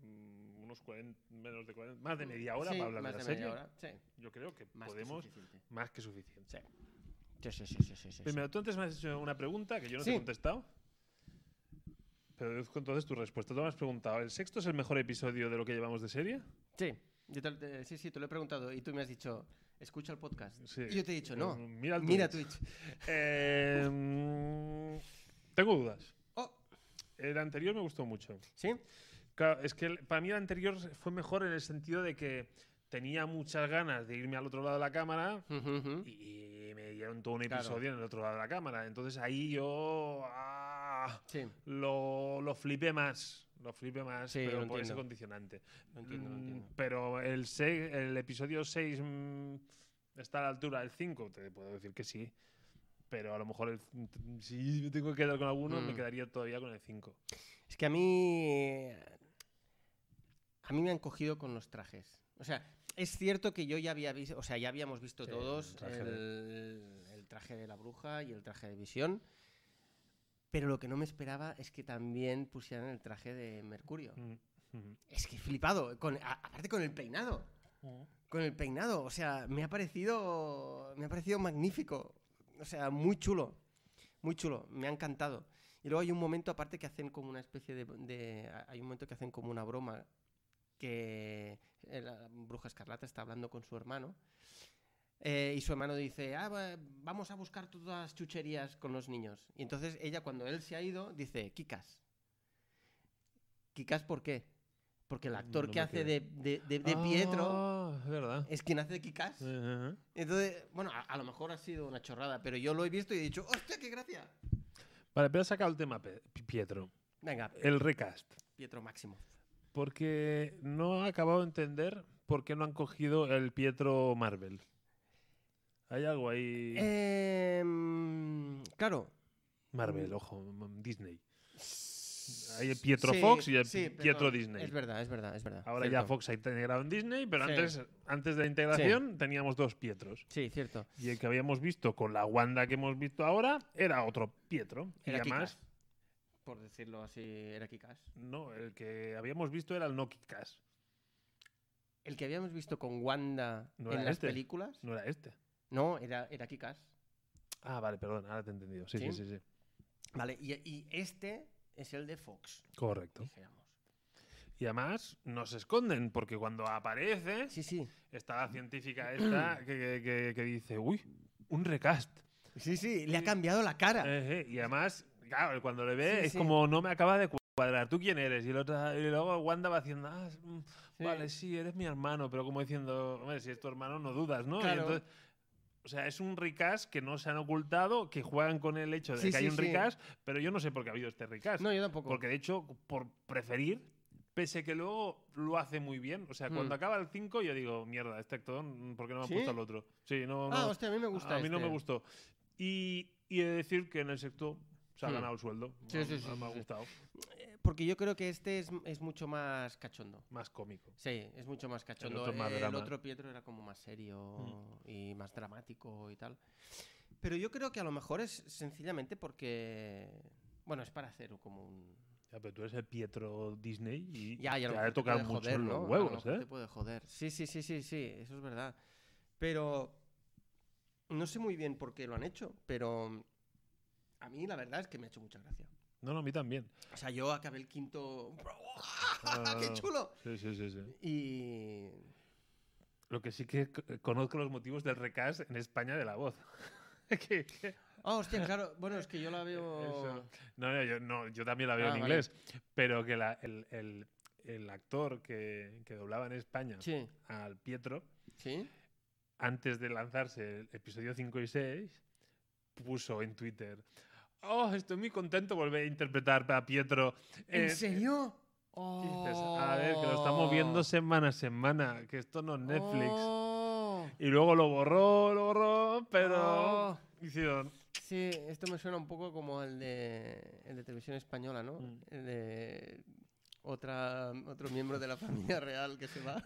Speaker 1: mm, unos 40, menos de 40, más de media hora
Speaker 2: Mm, Sí,
Speaker 1: para hablar
Speaker 2: más
Speaker 1: de la
Speaker 2: media
Speaker 1: serie.
Speaker 2: hora. Sí.
Speaker 1: Yo creo que
Speaker 2: Más que
Speaker 1: podemos
Speaker 2: suficiente.
Speaker 1: más que suficiente.
Speaker 2: Sí. Sí, sí, sí, sí, sí, sí, sí.
Speaker 1: Primero, tú antes me has hecho una pregunta que yo no
Speaker 2: Sí.
Speaker 1: te he contestado. Pero deduzco entonces tu respuesta. Tú me has preguntado, ¿el sexto es el mejor episodio de lo que llevamos de serie?
Speaker 2: Sí. Yo te- te- sí, sí, te lo he preguntado y tú me has dicho, escucha el podcast.
Speaker 1: Sí. Pues,
Speaker 2: Y yo te he dicho, no.
Speaker 1: Mira el
Speaker 2: Mira
Speaker 1: Twitch.
Speaker 2: Twitch.
Speaker 1: Eh, mm, tengo dudas.
Speaker 2: Oh,
Speaker 1: El anterior me gustó mucho.
Speaker 2: ¿sí?
Speaker 1: Claro, es que el- para mí el anterior fue mejor en el sentido de que tenía muchas ganas de irme al otro lado de la cámara
Speaker 2: Ujú, ujú.
Speaker 1: y me dieron todo un
Speaker 2: Claro.
Speaker 1: episodio en el otro lado de la cámara. Entonces ahí yo ah,
Speaker 2: Sí.
Speaker 1: lo, lo flipé más. Lo flipé más,
Speaker 2: Sí,
Speaker 1: pero
Speaker 2: lo
Speaker 1: por ese
Speaker 2: entiendo.
Speaker 1: condicionante.
Speaker 2: Lo entiendo, lo
Speaker 1: Mm,
Speaker 2: entiendo.
Speaker 1: Pero el, se- el episodio 6 está a la altura del 5, te puedo decir que sí. Pero a lo mejor el c- t- si me tengo que quedar con alguno, me
Speaker 2: Mm.
Speaker 1: quedaría todavía con el 5.
Speaker 2: Es que a mí. A mí me han cogido con los trajes. O sea, es cierto que yo ya había visto. O sea, ya habíamos visto
Speaker 1: Sí, el
Speaker 2: todos
Speaker 1: traje
Speaker 2: el, el traje de la bruja y el traje de visión. Pero lo que no me esperaba es que también pusieran el traje de Mercurio.
Speaker 1: Mm.
Speaker 2: Es que flipado. Con, a- aparte con el peinado. Con el peinado. O sea, me ha parecido. Me ha parecido magnífico. O sea, muy chulo. Muy chulo. Me ha encantado. Y luego hay un momento, aparte, que hacen como una especie de. de- a- hay un momento que hacen como una broma. Que eh, la bruja escarlata está hablando con su hermano. eh, y su hermano dice: "Ah, va- Vamos a buscar todas las chucherías con los niños. Y entonces ella, cuando él se ha ido, dice: Kikas. ¿Kikas por qué? Porque el actor
Speaker 1: Ah, No
Speaker 2: que
Speaker 1: me
Speaker 2: hace
Speaker 1: queda.
Speaker 2: de, de- de- de Pietro
Speaker 1: Ah,
Speaker 2: Eh,
Speaker 1: Es verdad.
Speaker 2: es quien hace de Kikas.
Speaker 1: Ajá.
Speaker 2: Entonces, bueno, a, a lo mejor ha sido una chorrada, pero yo lo he visto y he dicho, ¡hostia, qué gracia!
Speaker 1: Vale, pero he sacado el tema, Pe- Pietro.
Speaker 2: Venga,
Speaker 1: El recast.
Speaker 2: Pietro Máximo.
Speaker 1: Porque no he acabado de entender por qué no han cogido el Pietro Marvel.
Speaker 2: Eh,
Speaker 1: Hay algo ahí.
Speaker 2: Em, claro,
Speaker 1: Marvel, ojo, m- Disney. Hay el Pietro Fox y el Pietro
Speaker 2: perdón,
Speaker 1: Disney.
Speaker 2: Es verdad, es verdad, es verdad.
Speaker 1: Ahora ya
Speaker 2: cierto.
Speaker 1: Fox ha integrado en Disney, pero
Speaker 2: Sí.
Speaker 1: antes, antes de la integración teníamos dos Pietros.
Speaker 2: Sí, cierto.
Speaker 1: Y el que habíamos visto con la Wanda que hemos visto ahora era otro Pietro.
Speaker 2: Era
Speaker 1: y además,
Speaker 2: Kikas, Por decirlo así, era Kikas.
Speaker 1: no, el que habíamos visto era el No Kid Cash,
Speaker 2: El que habíamos visto con Wanda
Speaker 1: No
Speaker 2: en
Speaker 1: era
Speaker 2: las
Speaker 1: este.
Speaker 2: películas.
Speaker 1: no era este.
Speaker 2: No, era, era Kikas.
Speaker 1: Ah, vale, perdón, ahora te he entendido. Sí, sí,
Speaker 2: ¿Sí?
Speaker 1: sí, sí.
Speaker 2: Vale, y, y este es el de Fox,
Speaker 1: Correcto.
Speaker 2: dijéramos.
Speaker 1: Y además, no se esconden, porque cuando aparece,
Speaker 2: Sí, sí.
Speaker 1: está la científica esta que, que- que- que dice, uy, un recast.
Speaker 2: Sí, sí, le ha cambiado la cara.
Speaker 1: Eh, eh, y además, claro, cuando le ve
Speaker 2: Sí,
Speaker 1: es
Speaker 2: sí.
Speaker 1: como no me acaba de cuadrar. ¿Tú quién eres? Y, el otro- y luego Wanda va haciendo, "Ah, es- mm,
Speaker 2: Sí.
Speaker 1: vale, sí, eres mi hermano, pero como diciendo, hombre, si es tu hermano no dudas, ¿no? Y
Speaker 2: Claro.
Speaker 1: entonces- o sea, es un ricas que no se han ocultado, que juegan con el hecho de
Speaker 2: Sí,
Speaker 1: que hay
Speaker 2: sí,
Speaker 1: un
Speaker 2: sí.
Speaker 1: ricas, pero yo no sé por qué ha habido este ricas.
Speaker 2: No, yo tampoco.
Speaker 1: Porque de hecho, por preferir, pese que luego lo hace muy bien, o sea,
Speaker 2: Hmm.
Speaker 1: cuando acaba el 5 yo digo, mierda, este actor, mm, ¿por qué no me han
Speaker 2: ¿Sí?
Speaker 1: puesto el otro? Sí, no,
Speaker 2: Ah,
Speaker 1: no.
Speaker 2: hostia, a mí me gusta
Speaker 1: A mí no me
Speaker 2: este.
Speaker 1: gustó. Y, y he de decir que en el sexto se ha
Speaker 2: Hmm.
Speaker 1: ganado el sueldo.
Speaker 2: Sí,
Speaker 1: Me-
Speaker 2: sí, sí,
Speaker 1: me, ha
Speaker 2: sí, sí.
Speaker 1: gustado.
Speaker 2: Eh, Porque yo creo que este es, es mucho más cachondo.
Speaker 1: Más cómico.
Speaker 2: Sí, es mucho más cachondo.
Speaker 1: otro
Speaker 2: Eh,
Speaker 1: es
Speaker 2: El
Speaker 1: más
Speaker 2: otro,
Speaker 1: drama. Mm.
Speaker 2: Pietro era como más serio y más dramático y tal. Pero yo creo que a lo mejor es sencillamente porque... Bueno, es para hacer como un...
Speaker 1: Ya, pero tú eres el Pietro Disney y
Speaker 2: Ya, ya
Speaker 1: te
Speaker 2: lo
Speaker 1: ha de tocar mucho en los huevos, ¿eh?
Speaker 2: Te puede joder. Sí, sí, sí, sí, sí, eso es verdad. Pero no sé muy bien por qué lo han hecho, pero a mí la verdad es que me ha hecho mucha gracia.
Speaker 1: No, no, a mí también.
Speaker 2: O sea, yo acabé el quinto...
Speaker 1: Ah,
Speaker 2: ¡Qué chulo!
Speaker 1: Sí, sí, sí, sí.
Speaker 2: Y...
Speaker 1: Lo que sí que c- conozco los motivos del recast en España de la voz. Que- que-
Speaker 2: Ah, hostia, claro. Bueno, es que yo la veo...
Speaker 1: Eso. No, no, yo, no, yo también la veo
Speaker 2: Ah,
Speaker 1: en
Speaker 2: vale.
Speaker 1: inglés. Pero que la- el, el- el actor que, que doblaba en España
Speaker 2: Sí,
Speaker 1: al Pietro,
Speaker 2: sí.
Speaker 1: antes de lanzarse el episodio 5 y 6, puso en Twitter. Oh, estoy muy contento de volver a interpretar a Pietro.
Speaker 2: ¿En
Speaker 1: eh,
Speaker 2: serio? Oh.
Speaker 1: y dices, a ver, que lo estamos viendo semana a semana, que esto no es Netflix.
Speaker 2: Oh.
Speaker 1: Y luego lo borró, lo borró, pero
Speaker 2: Oh.
Speaker 1: hicieron.
Speaker 2: Sí, esto me suena un poco como el de, el de televisión española, ¿no?
Speaker 1: Mm.
Speaker 2: El de otra, otro miembro de la familia real que se va.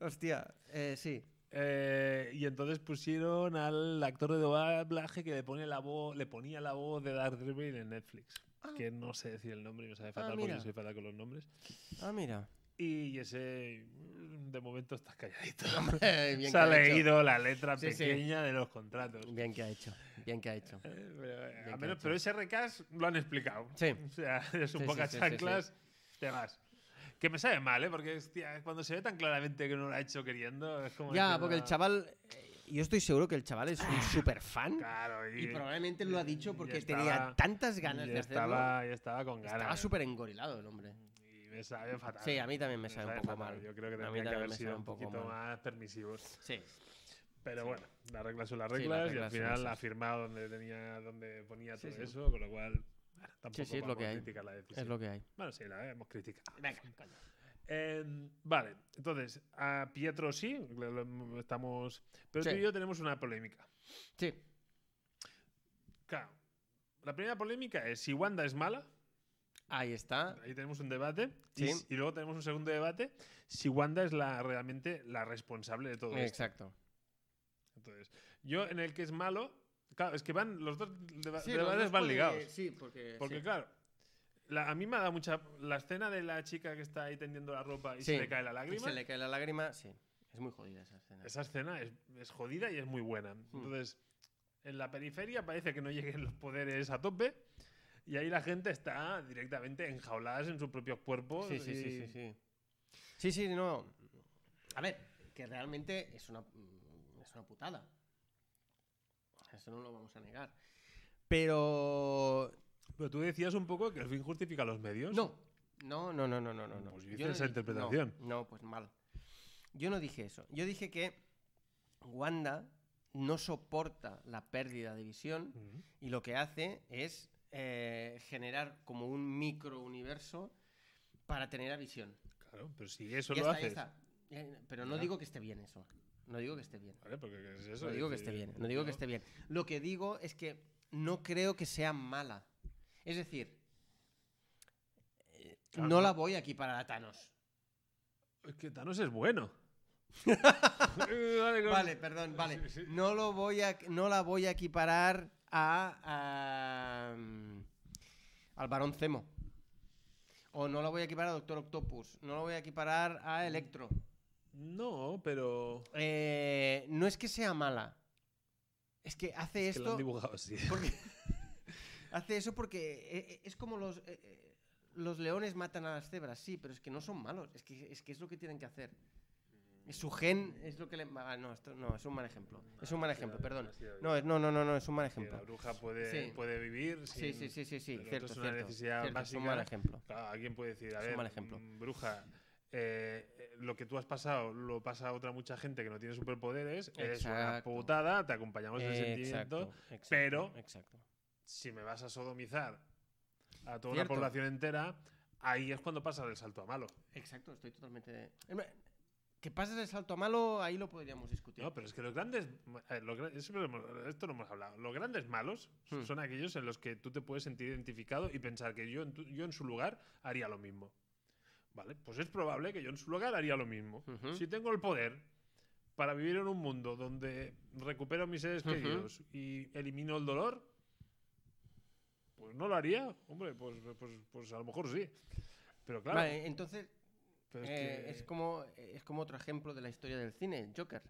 Speaker 2: Hostia, eh, sí.
Speaker 1: Eh, y entonces pusieron al actor de doblaje que le, pone la voz, le ponía la voz de Daredevil en Netflix.
Speaker 2: Ah.
Speaker 1: Que no sé decir el nombre y me sabe fatal porque
Speaker 2: mira.
Speaker 1: yo soy fatal con los nombres.
Speaker 2: Ah, mira.
Speaker 1: Y ese, mm, de momento, está calladito.
Speaker 2: Eh, bien
Speaker 1: Se ha
Speaker 2: que ha hecho.
Speaker 1: leído la letra
Speaker 2: Sí, sí.
Speaker 1: pequeña de los contratos. Eh,
Speaker 2: Bien que ha hecho. Bien que ha hecho.
Speaker 1: pero, eh,
Speaker 2: Bien
Speaker 1: a menos-
Speaker 2: hecho.
Speaker 1: pero ese recast lo han explicado.
Speaker 2: Sí.
Speaker 1: O sea, es un
Speaker 2: Sí,
Speaker 1: poco
Speaker 2: sí, sí, sí, sí.
Speaker 1: chanclas, te vas. Que me sabe mal, ¿eh? Porque hostia, cuando se ve tan claramente que no lo ha hecho queriendo, es como.
Speaker 2: Ya,
Speaker 1: decir,
Speaker 2: porque el
Speaker 1: "Ah,
Speaker 2: chaval. eh, Yo estoy seguro que el chaval es un super fan.
Speaker 1: Claro, y,
Speaker 2: Y probablemente lo ha dicho
Speaker 1: y
Speaker 2: porque
Speaker 1: estaba-
Speaker 2: tenía tantas ganas
Speaker 1: y
Speaker 2: de hacerlo.
Speaker 1: estaba, y estaba con ganas.
Speaker 2: Estaba súper engorilado el hombre.
Speaker 1: Y me sabe fatal.
Speaker 2: Sí, a mí también me sabe un poco
Speaker 1: fatal.
Speaker 2: mal.
Speaker 1: Yo creo que
Speaker 2: A mí
Speaker 1: tendría que
Speaker 2: también
Speaker 1: haber
Speaker 2: me
Speaker 1: sido
Speaker 2: sabe
Speaker 1: un
Speaker 2: un poco
Speaker 1: poquito
Speaker 2: mal.
Speaker 1: más permisivos.
Speaker 2: Sí.
Speaker 1: Pero bueno, las reglas son las
Speaker 2: Sí, las
Speaker 1: reglas, y al
Speaker 2: reglas son
Speaker 1: final
Speaker 2: esas.
Speaker 1: ha firmado donde tenía, donde ponía
Speaker 2: Sí,
Speaker 1: todo
Speaker 2: sí.
Speaker 1: eso, con lo cual bueno, tampoco
Speaker 2: sí, es lo
Speaker 1: vamos
Speaker 2: que
Speaker 1: a
Speaker 2: hay.
Speaker 1: criticar la decisión.
Speaker 2: Es lo que hay.
Speaker 1: Bueno, sí, la hemos criticado.
Speaker 2: Venga, coño.
Speaker 1: Eh, vale, entonces, a Pietro sí, lo- lo- estamos. Pero tú
Speaker 2: Sí.
Speaker 1: y yo tenemos una polémica.
Speaker 2: Sí.
Speaker 1: Claro. La primera polémica es si Wanda es mala,
Speaker 2: Ahí está.
Speaker 1: ahí tenemos un debate, y,
Speaker 2: Sí.
Speaker 1: s- y luego tenemos un segundo debate, si Wanda es la realmente la responsable de todo esto.
Speaker 2: Exacto.
Speaker 1: Entonces, yo en el que es malo, claro, es que van, los dos deba-
Speaker 2: Sí, los
Speaker 1: debates
Speaker 2: dos
Speaker 1: van
Speaker 2: pueden-
Speaker 1: ligados.
Speaker 2: Sí, porque.
Speaker 1: Porque
Speaker 2: sí.
Speaker 1: claro, la- a mí me ha dado mucha... La escena de la chica que está ahí tendiendo la ropa y se
Speaker 2: Sí.
Speaker 1: le cae la
Speaker 2: Y
Speaker 1: lágrima.
Speaker 2: se le cae la lágrima, sí. Es muy jodida esa escena.
Speaker 1: Esa escena es, es jodida y es muy buena.
Speaker 2: Hmm.
Speaker 1: Entonces, en la periferia parece que no lleguen los poderes a tope y ahí la gente está directamente enjauladas en sus propios cuerpos.
Speaker 2: Sí, sí,
Speaker 1: y-
Speaker 2: sí, sí, sí. Sí, sí, no. A ver, que realmente es una, mm, es una putada. Eso no lo vamos a negar. Pero.
Speaker 1: Pero tú decías un poco que el fin justifica los medios.
Speaker 2: No, no, no, no, no, no, no. no.
Speaker 1: Pues
Speaker 2: Yo
Speaker 1: hice
Speaker 2: no
Speaker 1: esa
Speaker 2: dije-
Speaker 1: interpretación.
Speaker 2: No, no, pues mal. Yo no dije eso. Yo dije que Wanda no soporta la pérdida de visión
Speaker 1: Mm.
Speaker 2: y lo que hace es eh, generar como un microuniverso para tener a visión.
Speaker 1: Claro, pero si eso
Speaker 2: ya
Speaker 1: lo
Speaker 2: está, ya
Speaker 1: haces...
Speaker 2: está. Eh, Pero no
Speaker 1: Ya.
Speaker 2: digo que esté bien eso. No digo que esté bien.
Speaker 1: Vale, porque es eso,
Speaker 2: No digo que
Speaker 1: es
Speaker 2: esté
Speaker 1: decir,
Speaker 2: bien. No digo que
Speaker 1: yo-
Speaker 2: esté bien. Lo que digo es que no creo que sea mala. Es decir, eh,
Speaker 1: Claro,
Speaker 2: no
Speaker 1: no.
Speaker 2: la voy a equiparar a Thanos.
Speaker 1: Es que Thanos es bueno. vale, con-
Speaker 2: Vale, perdón, vale.
Speaker 1: Sí, sí.
Speaker 2: No, lo voy a, no la voy a equiparar a, a, mm, al Barón Zemo. O no la voy a equiparar a Doctor Octopus. No la voy a equiparar
Speaker 1: Mm.
Speaker 2: a Electro.
Speaker 1: No, pero.
Speaker 2: Eh, no es que sea mala. Es que hace
Speaker 1: Es que lo
Speaker 2: esto.
Speaker 1: han dibujado así.
Speaker 2: porque- hace eso porque eh, eh, es como los. eh, eh, los leones matan a las cebras, sí, pero es que no son malos. Es que es, que es lo que tienen que hacer. Su gen es lo que le. ah, no, esto, no, es un mal ejemplo. Es un mal ejemplo, perdón. No, es, no, no, no, no, es un mal
Speaker 1: Que la
Speaker 2: ejemplo.
Speaker 1: bruja puede,
Speaker 2: Sí.
Speaker 1: puede vivir.
Speaker 2: Sí,
Speaker 1: sin-
Speaker 2: sí, sí, sí, sí,
Speaker 1: pero
Speaker 2: cierto,
Speaker 1: esto es una
Speaker 2: cierto,
Speaker 1: necesidad
Speaker 2: cierto, Es un mal
Speaker 1: básica.
Speaker 2: ejemplo.
Speaker 1: Claro, alguien puede decir, a
Speaker 2: Es un
Speaker 1: ver,
Speaker 2: mal ejemplo.
Speaker 1: mm, bruja, eh, eh, lo que tú has pasado lo pasa a otra mucha gente que no tiene superpoderes, eres
Speaker 2: Exacto.
Speaker 1: una putada, te acompañamos en el sentimiento.
Speaker 2: exacto,
Speaker 1: pero-
Speaker 2: Exacto.
Speaker 1: Si me vas a sodomizar a toda una
Speaker 2: Cierto.
Speaker 1: población entera, ahí es cuando pasa el salto a malo.
Speaker 2: Exacto, estoy totalmente. em, Que pases el salto a malo, ahí lo podríamos discutir.
Speaker 1: No, pero es que los grandes. a ver, los gran- eso lo hemos- esto lo hemos hablado. Los grandes malos
Speaker 2: Hmm.
Speaker 1: son aquellos en los que tú te puedes sentir identificado y pensar que yo en, tu- yo en su lugar haría lo mismo. Vale, pues es probable que yo en su lugar haría lo mismo.
Speaker 2: Ujú.
Speaker 1: Si tengo el poder para vivir en un mundo donde recupero mis seres
Speaker 2: Ujú.
Speaker 1: queridos y elimino el dolor, pues no lo haría. Hombre, pues, pues, pues a lo mejor sí. Pero claro,
Speaker 2: Vale, entonces
Speaker 1: pero es
Speaker 2: eh,
Speaker 1: que-
Speaker 2: es, como, eh, es como otro ejemplo de la historia del cine, Joker.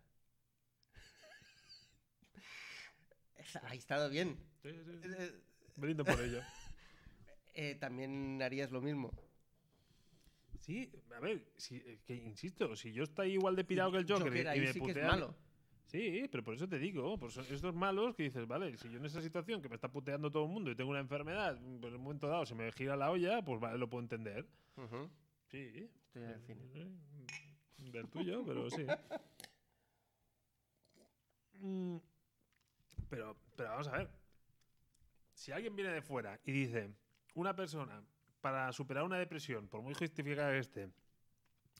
Speaker 2: Esa- Ahí estado bien.
Speaker 1: Sí, sí, sí.
Speaker 2: Eh,
Speaker 1: Brindo por ello.
Speaker 2: eh, también harías lo mismo.
Speaker 1: Sí, a ver, si- eh, que insisto, si yo estoy igual de pirado que el Joker, y- y,
Speaker 2: ahí
Speaker 1: me
Speaker 2: sí que es
Speaker 1: putean-
Speaker 2: malo.
Speaker 1: Sí, pero por eso te digo, por eso- estos malos que dices, vale, si yo en esa situación que me está puteando todo el mundo y tengo una enfermedad, pues en un momento dado se me gira la olla, pues vale, lo puedo entender.
Speaker 2: Ujú.
Speaker 1: Sí.
Speaker 2: Estoy al cine.
Speaker 1: Sí, Del tuyo, pero sí. Mm, Pero, pero vamos a ver. Si alguien viene de fuera y dice, una persona, para superar una depresión, por muy justificada que esté,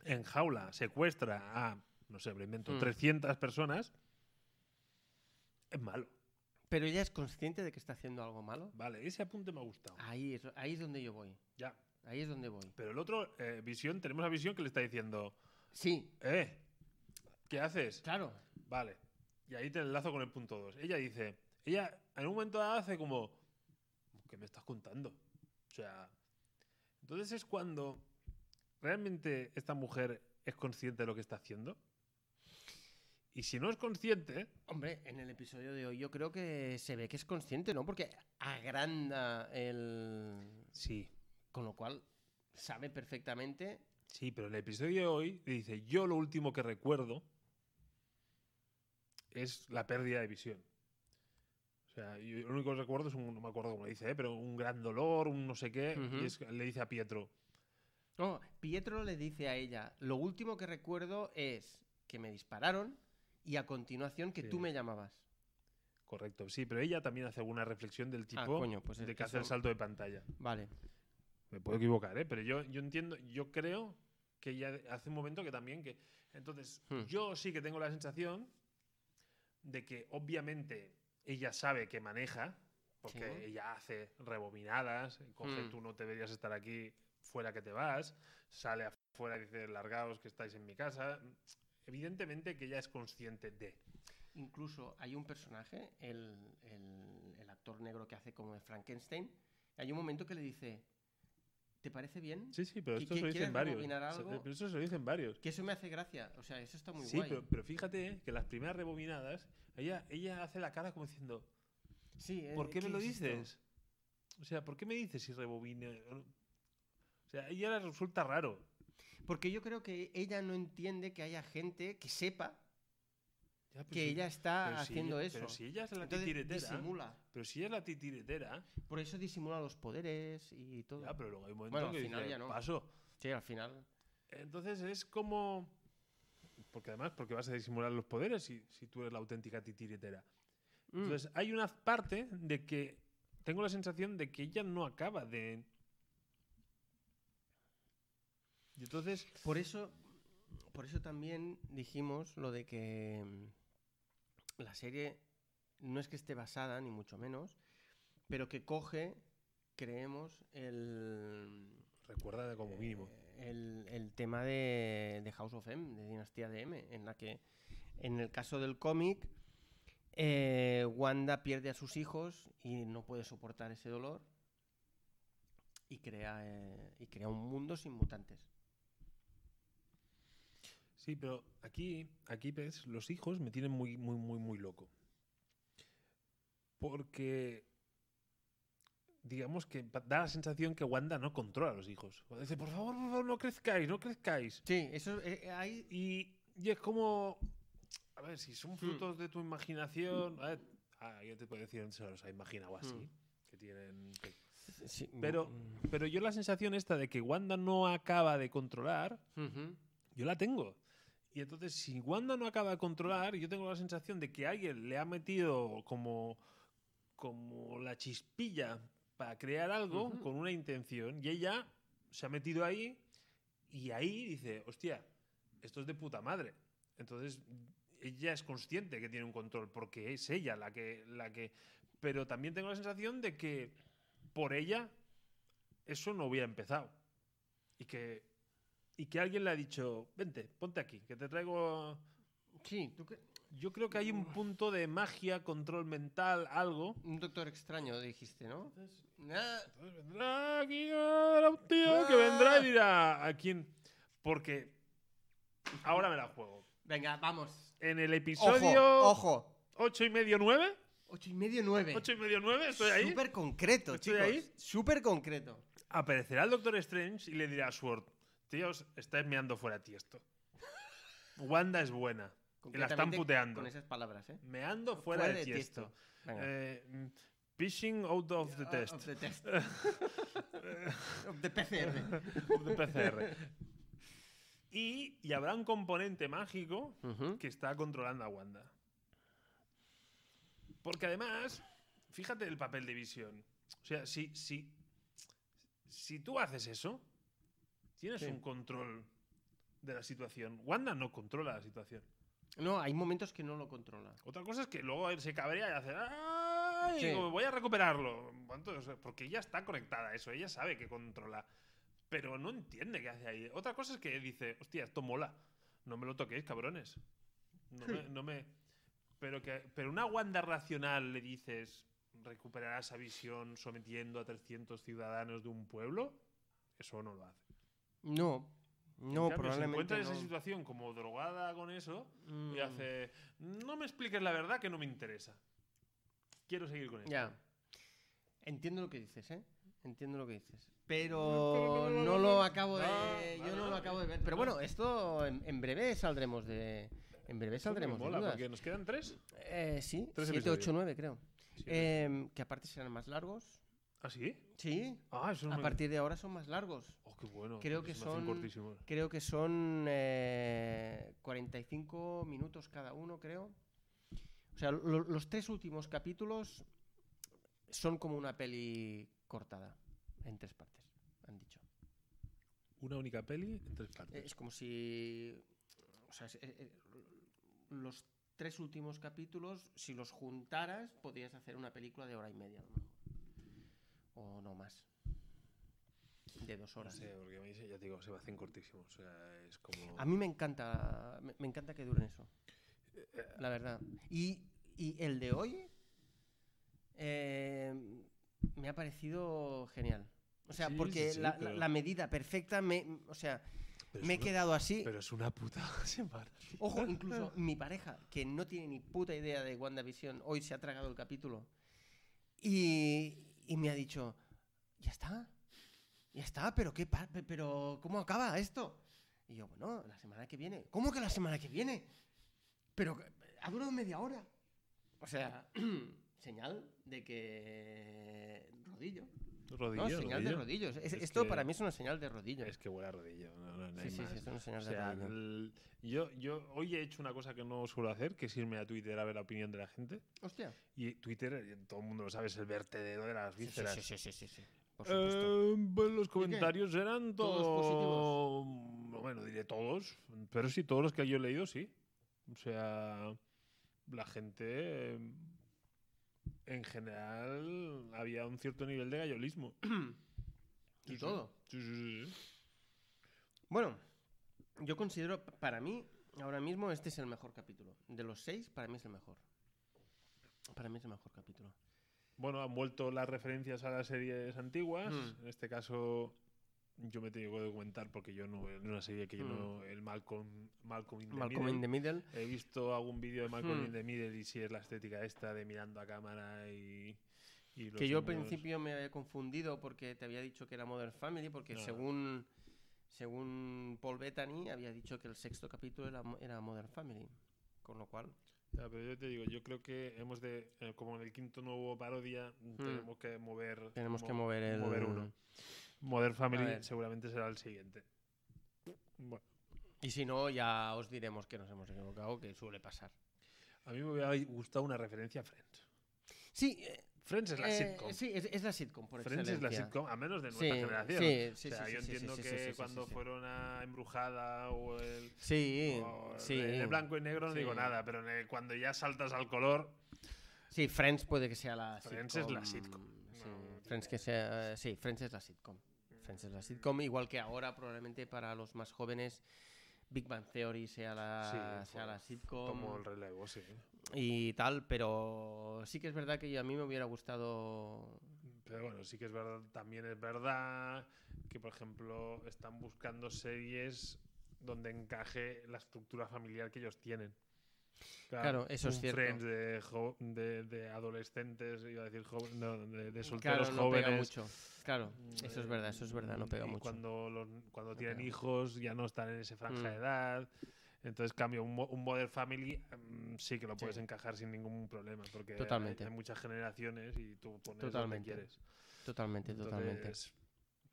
Speaker 1: enjaula, secuestra a, no sé, me lo invento,
Speaker 2: Mm.
Speaker 1: 300 personas, es malo.
Speaker 2: Pero ella es consciente de que está haciendo algo malo.
Speaker 1: Vale, ese apunte me ha gustado.
Speaker 2: Ahí es, ahí es donde yo voy.
Speaker 1: Ya.
Speaker 2: Ahí es donde voy.
Speaker 1: Pero el otro, eh, Visión, tenemos a Visión que le está diciendo,
Speaker 2: Sí,
Speaker 1: eh, ¿qué haces?
Speaker 2: claro.
Speaker 1: Vale. Y ahí te enlazo con el punto 2. Ella dice, ella en un momento dado hace como, ¿qué me estás contando? O sea, entonces es cuando realmente esta mujer es consciente de lo que está haciendo. Y si no es consciente,
Speaker 2: Hombre, en el episodio de hoy yo creo que se ve que es consciente, ¿no? Porque agranda el...
Speaker 1: sí,
Speaker 2: Con lo cual sabe perfectamente...
Speaker 1: sí, pero en el episodio de hoy dice, yo lo último que recuerdo es la pérdida de visión. O sea, yo lo único que recuerdo es un, no me acuerdo cómo le dice, ¿eh? pero un gran dolor, un no sé qué,
Speaker 2: Ujú.
Speaker 1: y es- le dice a Pietro,
Speaker 2: No, Oh, Pietro le dice a ella, lo último que recuerdo es que me dispararon y a continuación que
Speaker 1: Sí.
Speaker 2: tú me llamabas.
Speaker 1: Correcto, sí, pero ella también hace alguna reflexión del tipo
Speaker 2: coño, pues es
Speaker 1: de
Speaker 2: que
Speaker 1: que hace el
Speaker 2: eso-
Speaker 1: salto de pantalla.
Speaker 2: Vale.
Speaker 1: Me puedo equivocar, ¿eh? Pero yo, yo entiendo, yo creo que ella hace un momento que también que... Entonces,
Speaker 2: Hmm.
Speaker 1: yo sí que tengo la sensación de que obviamente ella sabe que maneja, porque
Speaker 2: Sí.
Speaker 1: ella hace rebobinadas, coge
Speaker 2: Hmm.
Speaker 1: tú no te deberías estar aquí, fuera que te vas, sale afuera y dice largaos que estáis en mi casa. Evidentemente que ella es consciente de...
Speaker 2: Incluso hay un personaje, el, el- el actor negro que hace como de Frankenstein, hay un momento que le dice, ¿te parece bien?
Speaker 1: Sí, sí, pero
Speaker 2: ¿Qui-
Speaker 1: esto se lo
Speaker 2: qui-
Speaker 1: dicen
Speaker 2: quieres
Speaker 1: varios.
Speaker 2: rebobinar
Speaker 1: O sea,
Speaker 2: algo?
Speaker 1: Pero eso se lo dicen varios.
Speaker 2: Que eso me hace gracia, o sea, eso está muy
Speaker 1: sí,
Speaker 2: guay.
Speaker 1: pero, pero fíjate eh, que las primeras rebobinadas, ella, ella hace la cara como diciendo,
Speaker 2: Sí, eh,
Speaker 1: ¿por qué me lo
Speaker 2: es esto?
Speaker 1: dices? O sea, ¿por qué me dices si rebobina? O sea, a ella le resulta raro.
Speaker 2: Porque yo creo que ella no entiende que haya gente que sepa
Speaker 1: Ya, pero
Speaker 2: que
Speaker 1: si-
Speaker 2: ella
Speaker 1: Pues pero
Speaker 2: está
Speaker 1: si
Speaker 2: haciendo
Speaker 1: ella-
Speaker 2: eso.
Speaker 1: Pero si ella es la
Speaker 2: Entonces,
Speaker 1: titiretera.
Speaker 2: disimula.
Speaker 1: Pero si ella es la titiretera,
Speaker 2: Por eso disimula los poderes y todo.
Speaker 1: ya, pero luego hay un momento
Speaker 2: Bueno, al
Speaker 1: que
Speaker 2: final
Speaker 1: dice,
Speaker 2: ya no.
Speaker 1: paso.
Speaker 2: Sí, al final.
Speaker 1: Entonces es como. Porque además, porque vas a disimular los poderes si, si tú eres la auténtica titiretera.
Speaker 2: Mm.
Speaker 1: Entonces, hay una parte de que tengo la sensación de que ella no acaba de. Y entonces,
Speaker 2: Por eso, por eso también dijimos lo de que mm, la serie no es que esté basada, ni mucho menos, pero que coge, creemos, el,
Speaker 1: Recuerda como mínimo.
Speaker 2: eh, El, el tema de, de House of M, de Dinastía de M, en la que, en el caso del cómic, eh, Wanda pierde a sus hijos y no puede soportar ese dolor y crea, eh, y crea un mundo sin mutantes.
Speaker 1: Sí, pero aquí, aquí ves, los hijos me tienen muy, muy, muy, muy loco. Porque digamos que pa- da la sensación que Wanda no controla a los hijos. Cuando Dice, por favor, por favor, no crezcáis, no crezcáis.
Speaker 2: Sí, eso eh, eh, ahí
Speaker 1: Y, y es como, a ver, si son frutos de tu imaginación, a ver, ah, yo te puedo decir, se los ha imaginado así,
Speaker 2: Mm.
Speaker 1: que tienen... que-
Speaker 2: sí,
Speaker 1: Pero, pero yo la sensación esta de que Wanda no acaba de controlar,
Speaker 2: Ujú.
Speaker 1: yo la tengo. Y entonces, si Wanda no acaba de controlar, yo tengo la sensación de que alguien le ha metido como, como la chispilla para crear algo
Speaker 2: Ujú.
Speaker 1: con una intención. Y ella se ha metido ahí y ahí dice, hostia, esto es de puta madre. Entonces, ella es consciente que tiene un control porque es ella la que, la que... Pero también tengo la sensación de que por ella eso no hubiera empezado. Y que, y que alguien le ha dicho, vente, ponte aquí, que te traigo...
Speaker 2: Sí, tú que-
Speaker 1: Yo creo que hay un punto de magia, control mental, algo.
Speaker 2: un doctor extraño dijiste, ¿no? Ah,
Speaker 1: Entonces vendrá aquí ahora un tío que vendrá y dirá a quién. Porque ahora me la juego.
Speaker 2: venga, vamos.
Speaker 1: En el episodio
Speaker 2: Ojo, ojo.
Speaker 1: 8 y medio 9,
Speaker 2: Ocho y medio, nueve.
Speaker 1: 8 y medio 9, estoy ahí.
Speaker 2: Súper concreto,
Speaker 1: ¿Estoy
Speaker 2: chicos.
Speaker 1: ahí?
Speaker 2: Súper concreto.
Speaker 1: Aparecerá el Doctor Strange y le dirá a Sword: Tíos, estáis meando fuera de esto. Wanda es buena. Y la están
Speaker 2: Concretamente,
Speaker 1: puteando.
Speaker 2: Con esas palabras, ¿eh?
Speaker 1: Meando fuera, de, tiesto.
Speaker 2: Venga.
Speaker 1: Eh, mm, Pishing out of the
Speaker 2: Ah,
Speaker 1: test.
Speaker 2: Of the test. Of the PCR.
Speaker 1: Of the PCR. Y, y habrá un componente mágico que está controlando a Wanda. Porque además, fíjate el papel de visión. O sea, si, si, si tú haces eso, tienes
Speaker 2: Sí.
Speaker 1: un control de la situación. Wanda no controla la situación.
Speaker 2: No, hay momentos que no lo controla.
Speaker 1: Otra cosa es que luego él se cabrea y hace. ¡Ay!
Speaker 2: Sí.
Speaker 1: Digo, voy a recuperarlo. ¿Cuánto? O sea, Porque ella está conectada a eso, ella sabe que controla. Pero no entiende qué hace ahí. Otra cosa es que dice, hostia, esto mola. No me lo toquéis, cabrones. No me.
Speaker 2: Hmm.
Speaker 1: no me- Pero, que, pero una Wanda racional le dices, recuperarás a visión sometiendo a 300 ciudadanos de un pueblo. Eso no lo hace.
Speaker 2: No, no,
Speaker 1: En cambio, Se
Speaker 2: probablemente.
Speaker 1: encuentra en
Speaker 2: no.
Speaker 1: esa situación como drogada con eso
Speaker 2: Mm,
Speaker 1: y hace, no me expliques la verdad que no me interesa. Quiero seguir con esto.
Speaker 2: Ya. Entiendo lo que dices, ¿eh? Entiendo lo que dices. Pero no lo acabo de.
Speaker 1: Ah,
Speaker 2: yo
Speaker 1: vale,
Speaker 2: no lo
Speaker 1: vale.
Speaker 2: acabo de ver. Pero bueno, esto en, en breve saldremos de. En breve
Speaker 1: Eso me
Speaker 2: saldremos de
Speaker 1: mola,
Speaker 2: dudas.
Speaker 1: porque nos quedan tres.
Speaker 2: Eh, sí,
Speaker 1: Tres
Speaker 2: 7,
Speaker 1: episodios.
Speaker 2: 8, 9 creo.
Speaker 1: Siete.
Speaker 2: Em, que aparte serán más largos.
Speaker 1: ¿Ah, sí?
Speaker 2: Sí,
Speaker 1: Ah, eso no
Speaker 2: a
Speaker 1: me-
Speaker 2: partir de ahora son más largos.
Speaker 1: Oh, qué bueno.
Speaker 2: creo
Speaker 1: porque
Speaker 2: que
Speaker 1: se me hacen
Speaker 2: son-
Speaker 1: cortísimos.
Speaker 2: Creo que son eh, 45 minutos cada uno, creo. O sea, lo- los tres últimos capítulos son como una peli cortada en tres partes, han dicho.
Speaker 1: Una única peli en tres
Speaker 2: Eh,
Speaker 1: partes.
Speaker 2: Es como si... O sea, es- eh, eh, los tres últimos capítulos, si los juntaras, podrías hacer una película de hora y media, a lo mejor. O no más. De dos
Speaker 1: No
Speaker 2: horas.
Speaker 1: sé, porque me dice, ya te digo, se me hacen cortísimos. O sea, es como...
Speaker 2: A mí me encanta, me, me encanta que duren eso. La verdad. Y, y el de hoy eh, me ha parecido genial. O sea,
Speaker 1: Sí,
Speaker 2: porque
Speaker 1: sí, sí,
Speaker 2: la, la-
Speaker 1: pero-
Speaker 2: la medida perfecta me. O sea,
Speaker 1: Pero
Speaker 2: me he
Speaker 1: es una-
Speaker 2: quedado así.
Speaker 1: Pero es una puta semana.
Speaker 2: Ojo, incluso mi pareja, que no tiene ni puta idea de WandaVision, hoy se ha tragado el capítulo. Y, y me ha dicho, ya está, ya está, pero, qué pa- pe- pero ¿cómo acaba esto? Y yo, bueno, la semana que viene. ¿Cómo que la semana que viene? Pero que- ha durado media hora. O sea, señal de que... Rodillo.
Speaker 1: Rodillo,
Speaker 2: No, señal de rodillos. Es-
Speaker 1: Es
Speaker 2: esto
Speaker 1: que-
Speaker 2: para mí es una señal de rodillo.
Speaker 1: Es que huele a rodillo. No, no, no
Speaker 2: sí,
Speaker 1: hay
Speaker 2: sí,
Speaker 1: más.
Speaker 2: sí, es una
Speaker 1: O
Speaker 2: señal
Speaker 1: sea,
Speaker 2: de rodillo.
Speaker 1: el- yo, yo hoy he hecho una cosa que no suelo hacer, que es irme a Twitter a ver la opinión de la gente.
Speaker 2: Hostia.
Speaker 1: Y Twitter, eh, todo el mundo lo sabe, es el vertedero de las
Speaker 2: Sí, sí,
Speaker 1: vísceras.
Speaker 2: sí, sí, sí, sí, sí. Por supuesto.
Speaker 1: Eh, pues los comentarios eran
Speaker 2: ¿Todos
Speaker 1: todos. Bueno, diré todos, pero sí, todos los que yo he leído, sí. O sea, la gente eh, en general había un cierto nivel de gallolismo.
Speaker 2: Y todo.
Speaker 1: Sí, sí, sí, sí.
Speaker 2: Bueno, yo considero, p- para mí, ahora mismo este es el mejor capítulo. De los seis, para mí es el mejor. Para mí es el mejor capítulo.
Speaker 1: Bueno, han vuelto las referencias a las series antiguas.
Speaker 2: Mm.
Speaker 1: En este caso, yo me tengo que documentar porque yo no. En una serie que yo
Speaker 2: Mm.
Speaker 1: no. El Malcolm, Malcolm in the
Speaker 2: Malcolm
Speaker 1: Middle.
Speaker 2: in the Middle.
Speaker 1: He visto algún vídeo de Malcolm
Speaker 2: Hmm.
Speaker 1: in the Middle y si es la estética esta de mirando a cámara y. y los
Speaker 2: Que yo al
Speaker 1: hombros.
Speaker 2: principio me había confundido porque te había dicho que era Modern Family, porque
Speaker 1: No, no.
Speaker 2: según, según Paul Bettany había dicho que el sexto capítulo era, mo- era Modern Family. Con lo cual,
Speaker 1: Ya, pero yo te digo, yo creo que hemos de. eh, como en el quinto no hubo parodia, tenemos que mover.
Speaker 2: Hmm. tenemos
Speaker 1: mo-
Speaker 2: que mover el...
Speaker 1: mover uno. Modern Family
Speaker 2: ver.
Speaker 1: seguramente será el siguiente. Bueno,
Speaker 2: Y si no, ya os diremos que nos hemos equivocado, que suele pasar.
Speaker 1: a mí me hubiera gustado una referencia a Friends.
Speaker 2: Sí, eh,
Speaker 1: Friends es la
Speaker 2: eh,
Speaker 1: sitcom.
Speaker 2: sí, es, es la sitcom, por
Speaker 1: Friends es
Speaker 2: excelencia.
Speaker 1: la sitcom, a menos de
Speaker 2: Sí,
Speaker 1: nuestra generación.
Speaker 2: sí, sí,
Speaker 1: o sea,
Speaker 2: sí,
Speaker 1: yo
Speaker 2: sí, sí,
Speaker 1: entiendo
Speaker 2: sí, sí,
Speaker 1: que
Speaker 2: sí, sí,
Speaker 1: cuando
Speaker 2: sí, sí.
Speaker 1: fueron a Embrujada o el,
Speaker 2: Sí,
Speaker 1: o el-
Speaker 2: sí.
Speaker 1: en el blanco y negro no
Speaker 2: Sí.
Speaker 1: digo nada, pero en el- cuando ya saltas al color,
Speaker 2: Sí, Friends puede que sea la
Speaker 1: Friends es
Speaker 2: sitcom.
Speaker 1: la sitcom.
Speaker 2: sí,
Speaker 1: No,
Speaker 2: Friends que sea, sí, Friends es la sitcom. Friends es la sitcom, igual que ahora probablemente para los más jóvenes Big Bang Theory sea la,
Speaker 1: Sí,
Speaker 2: sea la
Speaker 1: pues,
Speaker 2: sitcom
Speaker 1: tomo el relevo, sí.
Speaker 2: y tal, pero sí que es verdad que yo- a mí me hubiera gustado...
Speaker 1: Pero bueno, sí que es verdad, también es verdad que, por ejemplo, están buscando series donde encaje la estructura familiar que ellos tienen.
Speaker 2: Claro, eso es
Speaker 1: un
Speaker 2: cierto.
Speaker 1: Friends de, jo- de, de adolescentes, iba a decir joven- no, de, de
Speaker 2: Claro,
Speaker 1: solteros
Speaker 2: no
Speaker 1: jóvenes. Mm,
Speaker 2: pega mucho. Claro, eso es verdad, eso es verdad, no pega
Speaker 1: Y
Speaker 2: mucho.
Speaker 1: Cuando, los- cuando tienen
Speaker 2: pega mucho.
Speaker 1: hijos ya no están en esa franja de
Speaker 2: Mm.
Speaker 1: edad. Entonces, cambio, un, mo- un Modern Family mm, sí que lo puedes
Speaker 2: Sí.
Speaker 1: encajar sin ningún problema, porque hay-
Speaker 2: Totalmente.
Speaker 1: Hay, muchas generaciones y tú pones
Speaker 2: Totalmente.
Speaker 1: lo que quieres.
Speaker 2: Totalmente, totalmente.
Speaker 1: Entonces,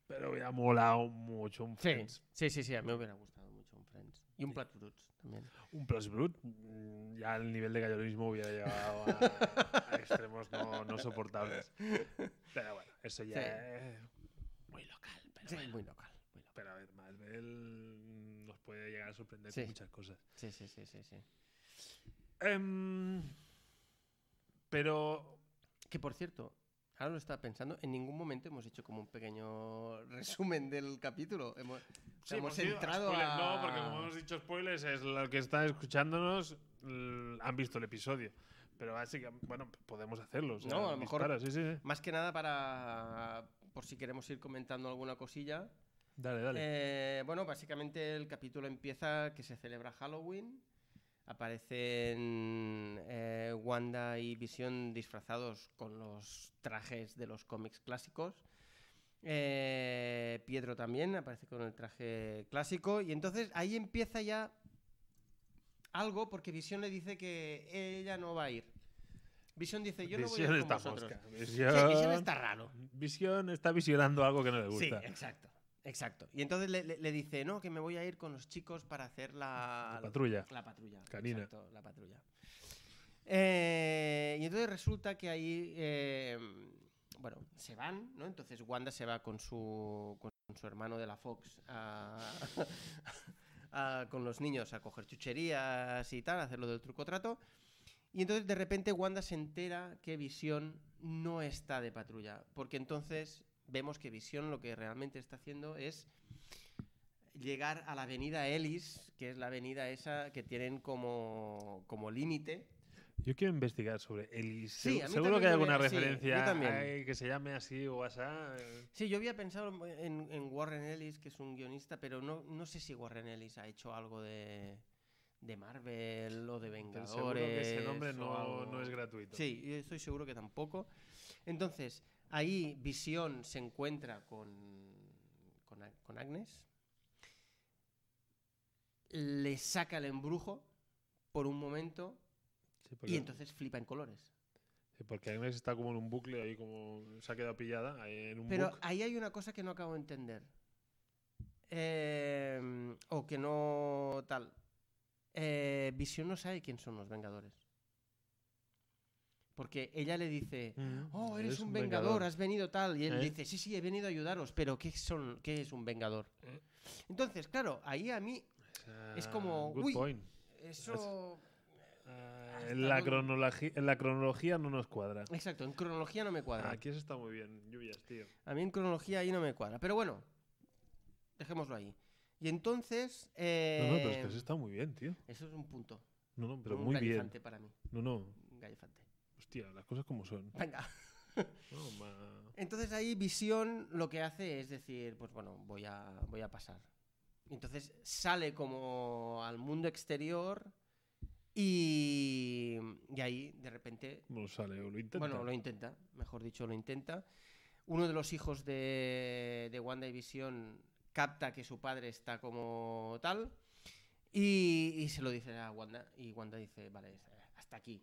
Speaker 1: Pero me ha molado mucho un
Speaker 2: Sí,
Speaker 1: Friends.
Speaker 2: sí, sí, sí, a mí me hubiera gustado mucho un Friends. Y un Plat Fruits también.
Speaker 1: Un Plus Brut, mm, ya el nivel de gallonismo hubiera llegado a, a extremos no, no soportables. Pero bueno, eso ya
Speaker 2: Sí.
Speaker 1: es muy local. Pero,
Speaker 2: Sí,
Speaker 1: bueno.
Speaker 2: muy local. Muy local.
Speaker 1: Pero a ver, Marvel nos puede llegar a sorprender
Speaker 2: Sí.
Speaker 1: con muchas cosas.
Speaker 2: Sí, sí, sí, sí, sí.
Speaker 1: Em, pero
Speaker 2: Que por cierto, ahora lo estaba pensando, en ningún momento hemos hecho como un pequeño resumen del capítulo. Hemos, o sea, hemos
Speaker 1: hemos ido a
Speaker 2: entrado
Speaker 1: spoilers,
Speaker 2: a...
Speaker 1: No, porque como hemos dicho spoilers, es lo que están escuchándonos l- han visto el episodio. Pero así que, bueno, p- podemos hacerlo. o sea,
Speaker 2: No, a lo mejor-
Speaker 1: dispara, sí, sí, sí.
Speaker 2: Más que nada para... por si queremos ir comentando alguna cosilla.
Speaker 1: Dale, dale.
Speaker 2: Eh, bueno, básicamente el capítulo empieza que se celebra Halloween. Aparecen eh, Wanda y Visión disfrazados con los trajes de los cómics clásicos. Eh, Pietro también aparece con el traje clásico. Y entonces ahí empieza ya algo porque Visión le dice que ella no va a ir. Visión dice, Eh, yo no voy a
Speaker 1: Visión
Speaker 2: ir con
Speaker 1: está
Speaker 2: vosotros.
Speaker 1: mosca.
Speaker 2: Sí,
Speaker 1: Visión,
Speaker 2: Visión está raro.
Speaker 1: Visión está visionando algo que no le
Speaker 2: Sí,
Speaker 1: gusta.
Speaker 2: exacto. Exacto. Y entonces le, le- le dice, no, que me voy a ir con los chicos para hacer la,
Speaker 1: La patrulla.
Speaker 2: La patrulla.
Speaker 1: Canina.
Speaker 2: Exacto, la patrulla. Eh, y entonces resulta que ahí, eh, bueno, se van, ¿no? Entonces Wanda se va con su, con su hermano de la Fox a- a- con los niños a coger chucherías y tal, a hacer lo del truco trato. Y entonces de repente Wanda se entera que Visión no está de patrulla, porque entonces vemos que Visión lo que realmente está haciendo es llegar a la avenida Ellis, que es la avenida esa que tienen como, como límite.
Speaker 1: Yo quiero investigar sobre Ellis.
Speaker 2: Sí,
Speaker 1: Segu-
Speaker 2: a mí
Speaker 1: Seguro
Speaker 2: también
Speaker 1: que hay
Speaker 2: me
Speaker 1: alguna
Speaker 2: hubiera- sí, yo
Speaker 1: referencia
Speaker 2: también.
Speaker 1: ahí que se llame así o asá. eh.
Speaker 2: Sí, yo había pensado en, en Warren Ellis, que es un guionista, pero no, no sé si Warren Ellis ha hecho algo de, de Marvel o de
Speaker 1: Pero
Speaker 2: Vengadores.
Speaker 1: Seguro que ese nombre
Speaker 2: o
Speaker 1: no,
Speaker 2: algo.
Speaker 1: no es gratuito.
Speaker 2: Sí, yo estoy seguro que tampoco. Entonces, ahí Visión se encuentra con, con, A- con Agnes, le saca el embrujo por un momento
Speaker 1: Sí, porque-
Speaker 2: y entonces flipa en colores.
Speaker 1: sí, porque Agnes está como en un bucle ahí, como se ha quedado pillada ahí en un
Speaker 2: Pero
Speaker 1: bucle.
Speaker 2: ahí hay una cosa que no acabo de entender. Eh, o que no tal. Eh, Visión no sabe quién son los Vengadores. Porque ella le dice, oh, eres, un vengador, has venido tal. Y él
Speaker 1: ¿Eh?
Speaker 2: dice, sí, sí, he venido a ayudaros, pero ¿qué, son, qué es un vengador?
Speaker 1: ¿Eh?
Speaker 2: Entonces, claro, ahí a mí
Speaker 1: O sea,
Speaker 2: es como,
Speaker 1: Good
Speaker 2: "Uy".
Speaker 1: point.
Speaker 2: eso... eh,
Speaker 1: Ah, en, la cronologi- en la cronología no nos cuadra.
Speaker 2: Exacto, en cronología no me cuadra.
Speaker 1: Aquí eso está muy bien, lluvias, tío.
Speaker 2: A mí en cronología ahí no me cuadra. Pero bueno, dejémoslo ahí. Y entonces.
Speaker 1: No, no, pero es
Speaker 2: eh,
Speaker 1: que eso está muy bien, tío.
Speaker 2: Eso es un punto.
Speaker 1: No, no, pero
Speaker 2: un
Speaker 1: muy bien.
Speaker 2: gallifante para mí.
Speaker 1: No, no.
Speaker 2: Un gallifante.
Speaker 1: Hostia, las cosas como son.
Speaker 2: Venga.
Speaker 1: No, ma-
Speaker 2: Entonces ahí Visión lo que hace es decir, pues bueno, voy a, voy a pasar. Entonces sale como al mundo exterior y, y ahí de repente,
Speaker 1: No sale, o lo intenta.
Speaker 2: bueno, lo intenta, mejor dicho, lo intenta. Uno de los hijos de, de Wanda y Visión capta que su padre está como tal y, y se lo dice a Wanda y Wanda dice, vale, hasta aquí.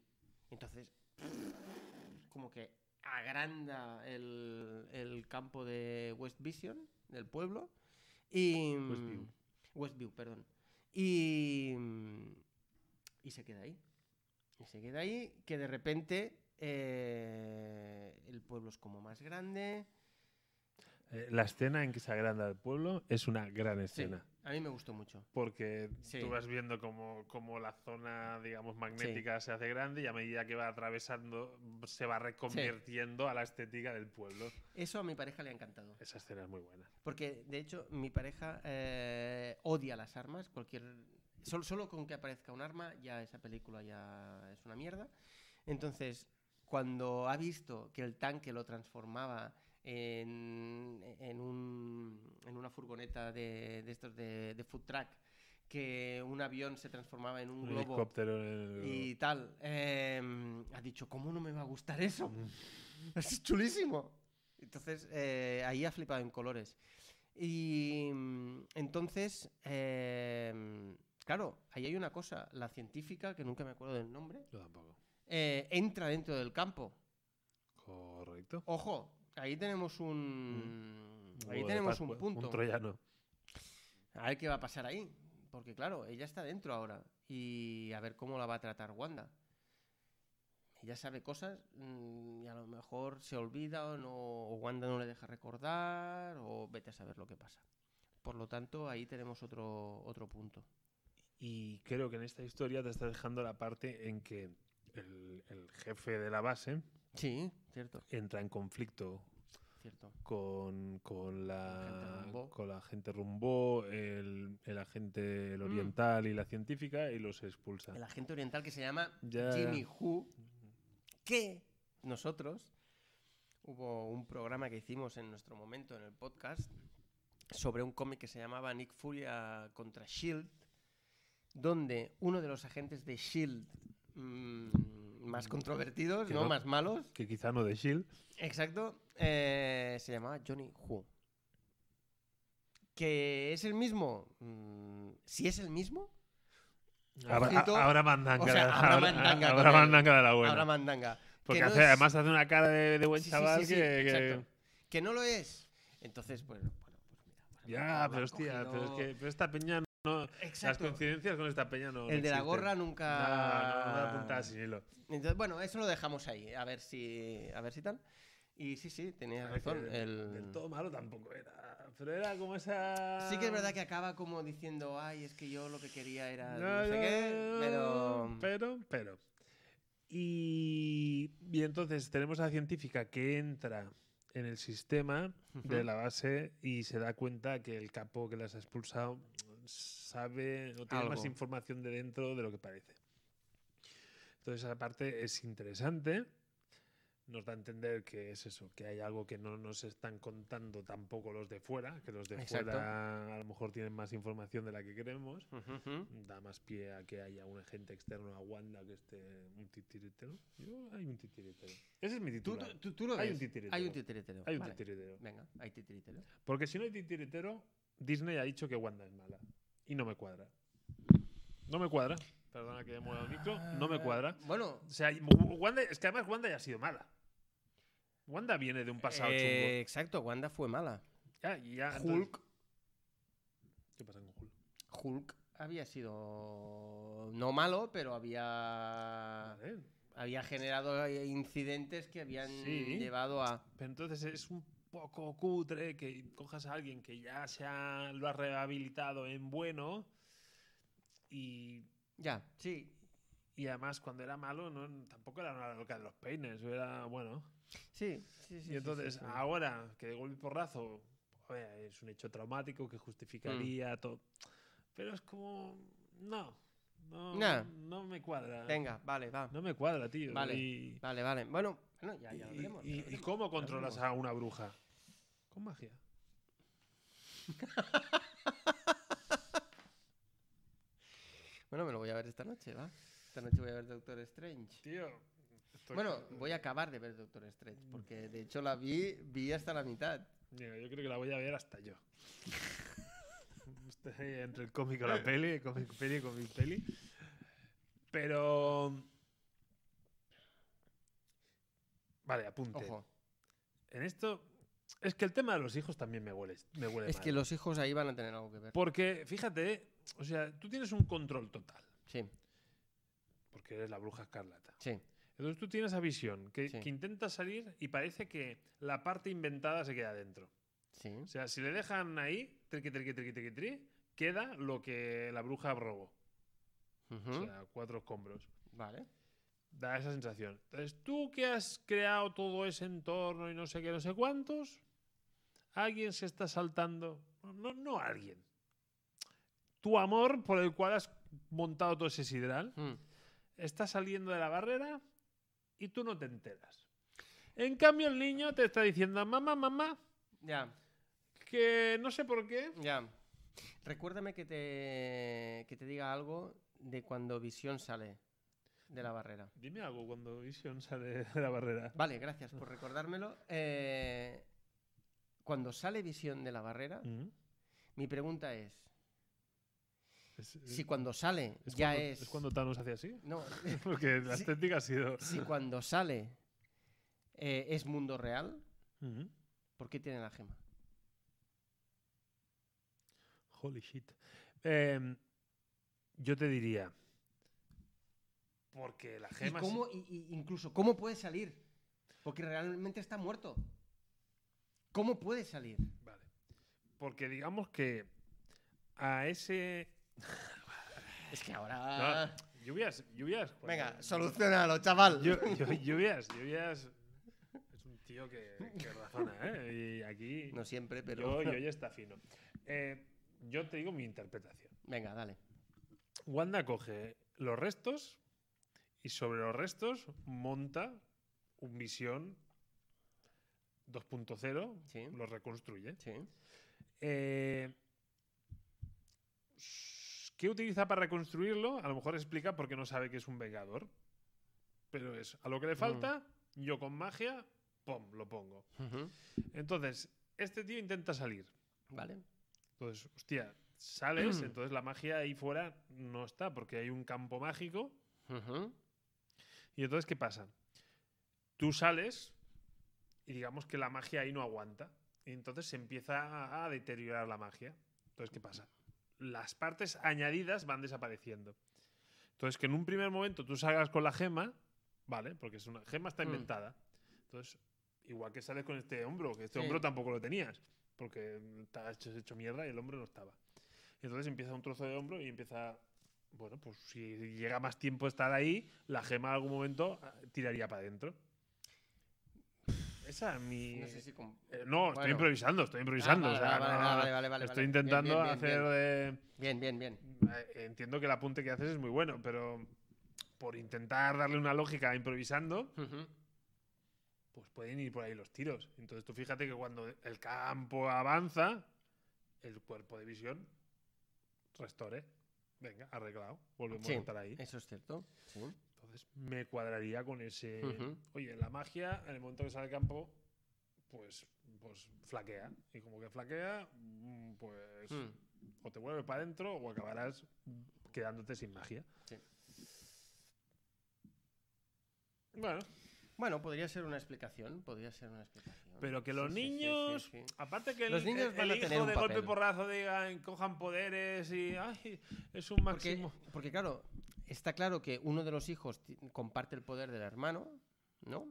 Speaker 2: Entonces, como que agranda el, el campo de West Vision, del pueblo, y...
Speaker 1: Westview.
Speaker 2: Westview, perdón. Y... Y se queda ahí. Y se queda ahí, que de repente eh, el pueblo es como más grande.
Speaker 1: Eh, la escena en que se agranda el pueblo es una gran
Speaker 2: Sí,
Speaker 1: escena.
Speaker 2: a mí me gustó mucho.
Speaker 1: Porque
Speaker 2: Sí.
Speaker 1: tú vas viendo cómo, cómo la zona, digamos, magnética se hace grande y a medida que va atravesando, se va reconvirtiendo a la estética del pueblo.
Speaker 2: Eso a mi pareja le ha encantado.
Speaker 1: Esa escena es muy buena.
Speaker 2: Porque, de hecho, mi pareja eh, odia las armas. Cualquier. Solo, solo con que aparezca un arma, ya esa película ya es una mierda. Entonces, cuando ha visto que el tanque lo transformaba en, en, un- en una furgoneta de, de estos de, de food truck, que un avión se transformaba en un
Speaker 1: Un
Speaker 2: globo
Speaker 1: helicóptero en el-
Speaker 2: y tal, em, ha dicho, ¿cómo no me va a gustar eso? Es chulísimo. Entonces, eh, ahí ha flipado en colores. Y mm, entonces, eh, claro, ahí hay una cosa. La científica, que nunca me acuerdo del nombre,
Speaker 1: Yo tampoco.
Speaker 2: eh, entra dentro del campo.
Speaker 1: Correcto.
Speaker 2: Ojo, ahí tenemos un...
Speaker 1: Un
Speaker 2: Ahí
Speaker 1: huevo Mm. de
Speaker 2: tenemos
Speaker 1: Pascua,
Speaker 2: un punto.
Speaker 1: Un troyano.
Speaker 2: a ver qué va a pasar ahí. Porque claro, ella está dentro ahora. Y a ver cómo la va a tratar Wanda. Ella sabe cosas mm, y a lo mejor se olvida o, no, o Wanda no le deja recordar o vete a saber lo que pasa. Por lo tanto, ahí tenemos otro, otro punto.
Speaker 1: Y creo que en esta historia te está dejando la parte en que el, el jefe de la base
Speaker 2: Sí, cierto,
Speaker 1: entra en conflicto
Speaker 2: cierto.
Speaker 1: con, con
Speaker 2: agente
Speaker 1: la
Speaker 2: Rumbo.
Speaker 1: con la gente rumbo, el, el agente el oriental y la científica y los expulsa.
Speaker 2: Mm. El agente oriental que se llama
Speaker 1: Ya,
Speaker 2: Jimmy Who, que nosotros hubo un programa que hicimos en nuestro momento en el podcast sobre un cómic que se llamaba Nick Furia contra Shield, E donde uno de los agentes de Shield E mm, más controvertidos,
Speaker 1: Que
Speaker 2: ¿no?
Speaker 1: no-
Speaker 2: más malos,
Speaker 1: que quizá no de Shield.
Speaker 2: exacto, eh, se llamaba Johnny Who. Que es el mismo. mm, si es el mismo,
Speaker 1: Habrá,
Speaker 2: Ah. Ojito.
Speaker 1: a- habrá mandanga.
Speaker 2: O sea,
Speaker 1: de-
Speaker 2: habrá mandanga
Speaker 1: habrá
Speaker 2: con él.
Speaker 1: mandanga de la buena.
Speaker 2: ahora mandanga.
Speaker 1: Porque
Speaker 2: que no
Speaker 1: hace-
Speaker 2: es-
Speaker 1: además hace una cara de, de buen
Speaker 2: Sí, sí, sí,
Speaker 1: chaval
Speaker 2: sí,
Speaker 1: que. que-
Speaker 2: exacto. Que no lo es. Entonces, pues, bueno, pues mira. bueno, lo
Speaker 1: Ya,
Speaker 2: han
Speaker 1: pero hostia, pero es
Speaker 2: cogido-
Speaker 1: que pero esta peña no. Las
Speaker 2: Exacto.
Speaker 1: coincidencias con esta peña no. no
Speaker 2: El de la
Speaker 1: existen.
Speaker 2: gorra nunca.
Speaker 1: No, no, una puntada sin hilo.
Speaker 2: Entonces, bueno, eso lo dejamos ahí, a ver si, a ver si tal. Y sí, sí, tenías
Speaker 1: Es que
Speaker 2: razón. el-
Speaker 1: Del todo malo tampoco era. Pero era como esa.
Speaker 2: Sí que es verdad que acaba como diciendo, ay, es que yo lo que quería era
Speaker 1: No,
Speaker 2: no sé
Speaker 1: no,
Speaker 2: qué, pero...
Speaker 1: Pero, pero. Y, y entonces tenemos a la científica que entra en el sistema de
Speaker 2: Ujú.
Speaker 1: la base y se da cuenta que el capo que las ha expulsado sabe o tiene más
Speaker 2: Algo.
Speaker 1: información de dentro de lo que parece. Entonces, esa parte es interesante. Nos da a entender que es eso, que hay algo que no nos están contando tampoco los de fuera, que los de
Speaker 2: Exacto.
Speaker 1: fuera a lo mejor tienen más información de la que queremos
Speaker 2: Ujú, ujú.
Speaker 1: da más pie a que haya un agente externo a Wanda que esté un titiritero. Yo hay un titiritero. Ese es mi
Speaker 2: ¿Tú,
Speaker 1: titular.
Speaker 2: tú- tú lo
Speaker 1: Hay
Speaker 2: ves?
Speaker 1: un titiritero.
Speaker 2: Hay un titiritero.
Speaker 1: hay un
Speaker 2: vale.
Speaker 1: titiritero.
Speaker 2: Venga, hay titiritero.
Speaker 1: Porque si no hay titiritero, Disney ha dicho que Wanda es mala. Y no me cuadra. No me cuadra. Perdona que he movido el micro. No me cuadra.
Speaker 2: Ah. Bueno,
Speaker 1: O sea, Wanda, es que además Wanda ya ha sido mala. Wanda viene de un pasado
Speaker 2: eh, exacto, Wanda fue mala.
Speaker 1: chungo. Ya, y ya, entonces-
Speaker 2: Hulk
Speaker 1: ¿Qué pasa con Hulk?
Speaker 2: Hulk había sido no malo, pero había
Speaker 1: Vale.
Speaker 2: había generado incidentes que habían
Speaker 1: Sí.
Speaker 2: llevado a
Speaker 1: Pero entonces es un poco cutre que cojas a alguien que ya se ha- lo ha rehabilitado en bueno y
Speaker 2: ya, sí.
Speaker 1: Y además, cuando era malo, no, tampoco era una loca de los peines, era bueno.
Speaker 2: Sí, sí, sí.
Speaker 1: y entonces, ah, ahora que de golpe y porrazo, joder, es un hecho traumático que justificaría
Speaker 2: Mm.
Speaker 1: todo. Pero es como. No. No,
Speaker 2: Nah.
Speaker 1: no me cuadra.
Speaker 2: Venga, vale, va.
Speaker 1: No me cuadra, tío.
Speaker 2: Vale.
Speaker 1: Y,
Speaker 2: Vale, vale. Bueno, bueno, ya, ya lo
Speaker 1: y-
Speaker 2: veremos.
Speaker 1: y- y cómo controlas a una bruja? Con magia.
Speaker 2: Bueno, me lo voy a ver esta noche, va. Esta noche voy a ver Doctor Strange.
Speaker 1: Tío.
Speaker 2: Bueno, voy a acabar de ver Doctor Strange, porque de hecho la vi, vi hasta la mitad.
Speaker 1: Mira, yo creo que la voy a ver hasta yo. Estoy ahí entre el cómico y la peli, cómic peli, cómic peli. Pero. Vale, apunte.
Speaker 2: Ojo.
Speaker 1: En esto. Es que el tema de los hijos también me huele. Me huele
Speaker 2: Es
Speaker 1: mal.
Speaker 2: que los hijos ahí van a tener algo que ver.
Speaker 1: Porque, fíjate, o sea, tú tienes un control total.
Speaker 2: Sí,
Speaker 1: Porque eres la bruja escarlata.
Speaker 2: sí.
Speaker 1: Entonces tú tienes esa visión que,
Speaker 2: Sí.
Speaker 1: que intenta salir y parece que la parte inventada se queda dentro.
Speaker 2: Sí.
Speaker 1: O sea, si le dejan ahí, triqui, triqui, triqui, triqui, tri, queda lo que la bruja robó.
Speaker 2: Ujú.
Speaker 1: O sea, cuatro escombros.
Speaker 2: Vale.
Speaker 1: Da esa sensación. Entonces, tú que has creado todo ese entorno y no sé qué, no sé cuántos, alguien se está saltando. No, no, no alguien. Tu amor por el cual has montado todo ese sidral
Speaker 2: Mm.
Speaker 1: está saliendo de la barrera y tú no te enteras. En cambio, el niño te está diciendo, mamá, mamá,
Speaker 2: Ya,
Speaker 1: que no sé por qué.
Speaker 2: ya. Recuérdame que te, que te diga algo de cuando Visión sale de la barrera.
Speaker 1: Dime algo cuando Vision sale de la barrera.
Speaker 2: Vale, gracias por recordármelo. Eh, cuando sale Visión de la barrera,
Speaker 1: Mm.
Speaker 2: mi pregunta es,
Speaker 1: Es,
Speaker 2: si
Speaker 1: es-
Speaker 2: cuando sale
Speaker 1: es
Speaker 2: ya
Speaker 1: cuando,
Speaker 2: es...
Speaker 1: cuando Thanos hace así.
Speaker 2: No,
Speaker 1: Porque la
Speaker 2: Sí.
Speaker 1: estética ha sido.
Speaker 2: si cuando sale eh, es mundo real,
Speaker 1: Mm.
Speaker 2: ¿por qué tiene la gema?
Speaker 1: Holy shit. Eh, yo te diría. Porque la
Speaker 2: ¿Y
Speaker 1: gema.
Speaker 2: cómo, y- y incluso, ¿cómo puede salir? Porque realmente está muerto. ¿Cómo puede salir?
Speaker 1: Vale. Porque digamos que a ese.
Speaker 2: Es que ahora...
Speaker 1: No, lluvias, lluvias. cuando-
Speaker 2: Ah. Venga, solucionalo, chaval.
Speaker 1: Llu- llu- lluvias, lluvias. Es un tío que, que razona, ¿eh? Y aquí.
Speaker 2: No siempre, pero...
Speaker 1: yo, yo ya está fino. Eh, yo te digo mi interpretación.
Speaker 2: Venga, dale.
Speaker 1: Wanda coge los restos y sobre los restos monta un visión 2.0,
Speaker 2: Sí.
Speaker 1: los reconstruye.
Speaker 2: Sí.
Speaker 1: Eh, s- ¿Qué utiliza para reconstruirlo? A lo mejor explica porque no sabe que es un vengador. Pero es a lo
Speaker 2: Mm.
Speaker 1: que le falta, yo con magia, ¡pum! lo pongo. Entonces, este tío intenta salir.
Speaker 2: Vale.
Speaker 1: Entonces, hostia, sales, entonces la magia ahí fuera no está porque hay un campo mágico.
Speaker 2: Ujú.
Speaker 1: Y entonces, ¿qué pasa? Tú sales y digamos que la magia ahí no aguanta. Y entonces se empieza a- a deteriorar la magia. Entonces, ¿qué pasa? Las partes añadidas van desapareciendo. Entonces, que en un primer momento tú salgas con la gema, ¿vale? Porque es una gema está
Speaker 2: Mm.
Speaker 1: inventada. Entonces, igual que sales con este hombro, que este
Speaker 2: Sí.
Speaker 1: hombro tampoco lo tenías, porque te has hecho, hecho mierda y el hombro no estaba. Y entonces empieza un trozo de hombro y empieza, bueno, pues si llega más tiempo a estar ahí, la gema en algún momento ah, tiraría para adentro. Esa es mi...
Speaker 2: No sé si... con-
Speaker 1: Eh, no, estoy
Speaker 2: Bueno.
Speaker 1: improvisando, estoy improvisando.
Speaker 2: Ah,
Speaker 1: o sea,
Speaker 2: vale, vale,
Speaker 1: no, no,
Speaker 2: vale, vale, vale,
Speaker 1: estoy
Speaker 2: vale. Bien,
Speaker 1: intentando
Speaker 2: bien, bien,
Speaker 1: hacer de...
Speaker 2: Bien, bien, bien.
Speaker 1: Eh, Entiendo que el apunte que haces es muy bueno, pero por intentar darle una lógica improvisando,
Speaker 2: Ujú.
Speaker 1: pues pueden ir por ahí los tiros. Entonces tú fíjate que cuando el campo avanza, el cuerpo de visión restore. Venga, arreglado. Volvemos
Speaker 2: Sí,
Speaker 1: a estar ahí.
Speaker 2: Eso es cierto. Sí.
Speaker 1: Entonces me cuadraría con ese...
Speaker 2: Ujú.
Speaker 1: Oye, la magia, en el momento que sale al campo, pues, pues flaquea. Y como que flaquea, mm, pues...
Speaker 2: Mm.
Speaker 1: o te vuelves para adentro o acabarás quedándote sin magia.
Speaker 2: Sí.
Speaker 1: Bueno,
Speaker 2: Bueno, podría ser una explicación, podría ser una explicación.
Speaker 1: pero que
Speaker 2: Sí,
Speaker 1: los
Speaker 2: sí, sí, sí,
Speaker 1: niños,
Speaker 2: sí.
Speaker 1: aparte que el-
Speaker 2: Los niños
Speaker 1: el,
Speaker 2: van a
Speaker 1: el hijo
Speaker 2: tener un
Speaker 1: de golpe
Speaker 2: papel.
Speaker 1: porrazo digan, cojan poderes y ay, es un
Speaker 2: Porque,
Speaker 1: máximo.
Speaker 2: porque, claro, está claro que uno de los hijos ti- comparte el poder del hermano, ¿no?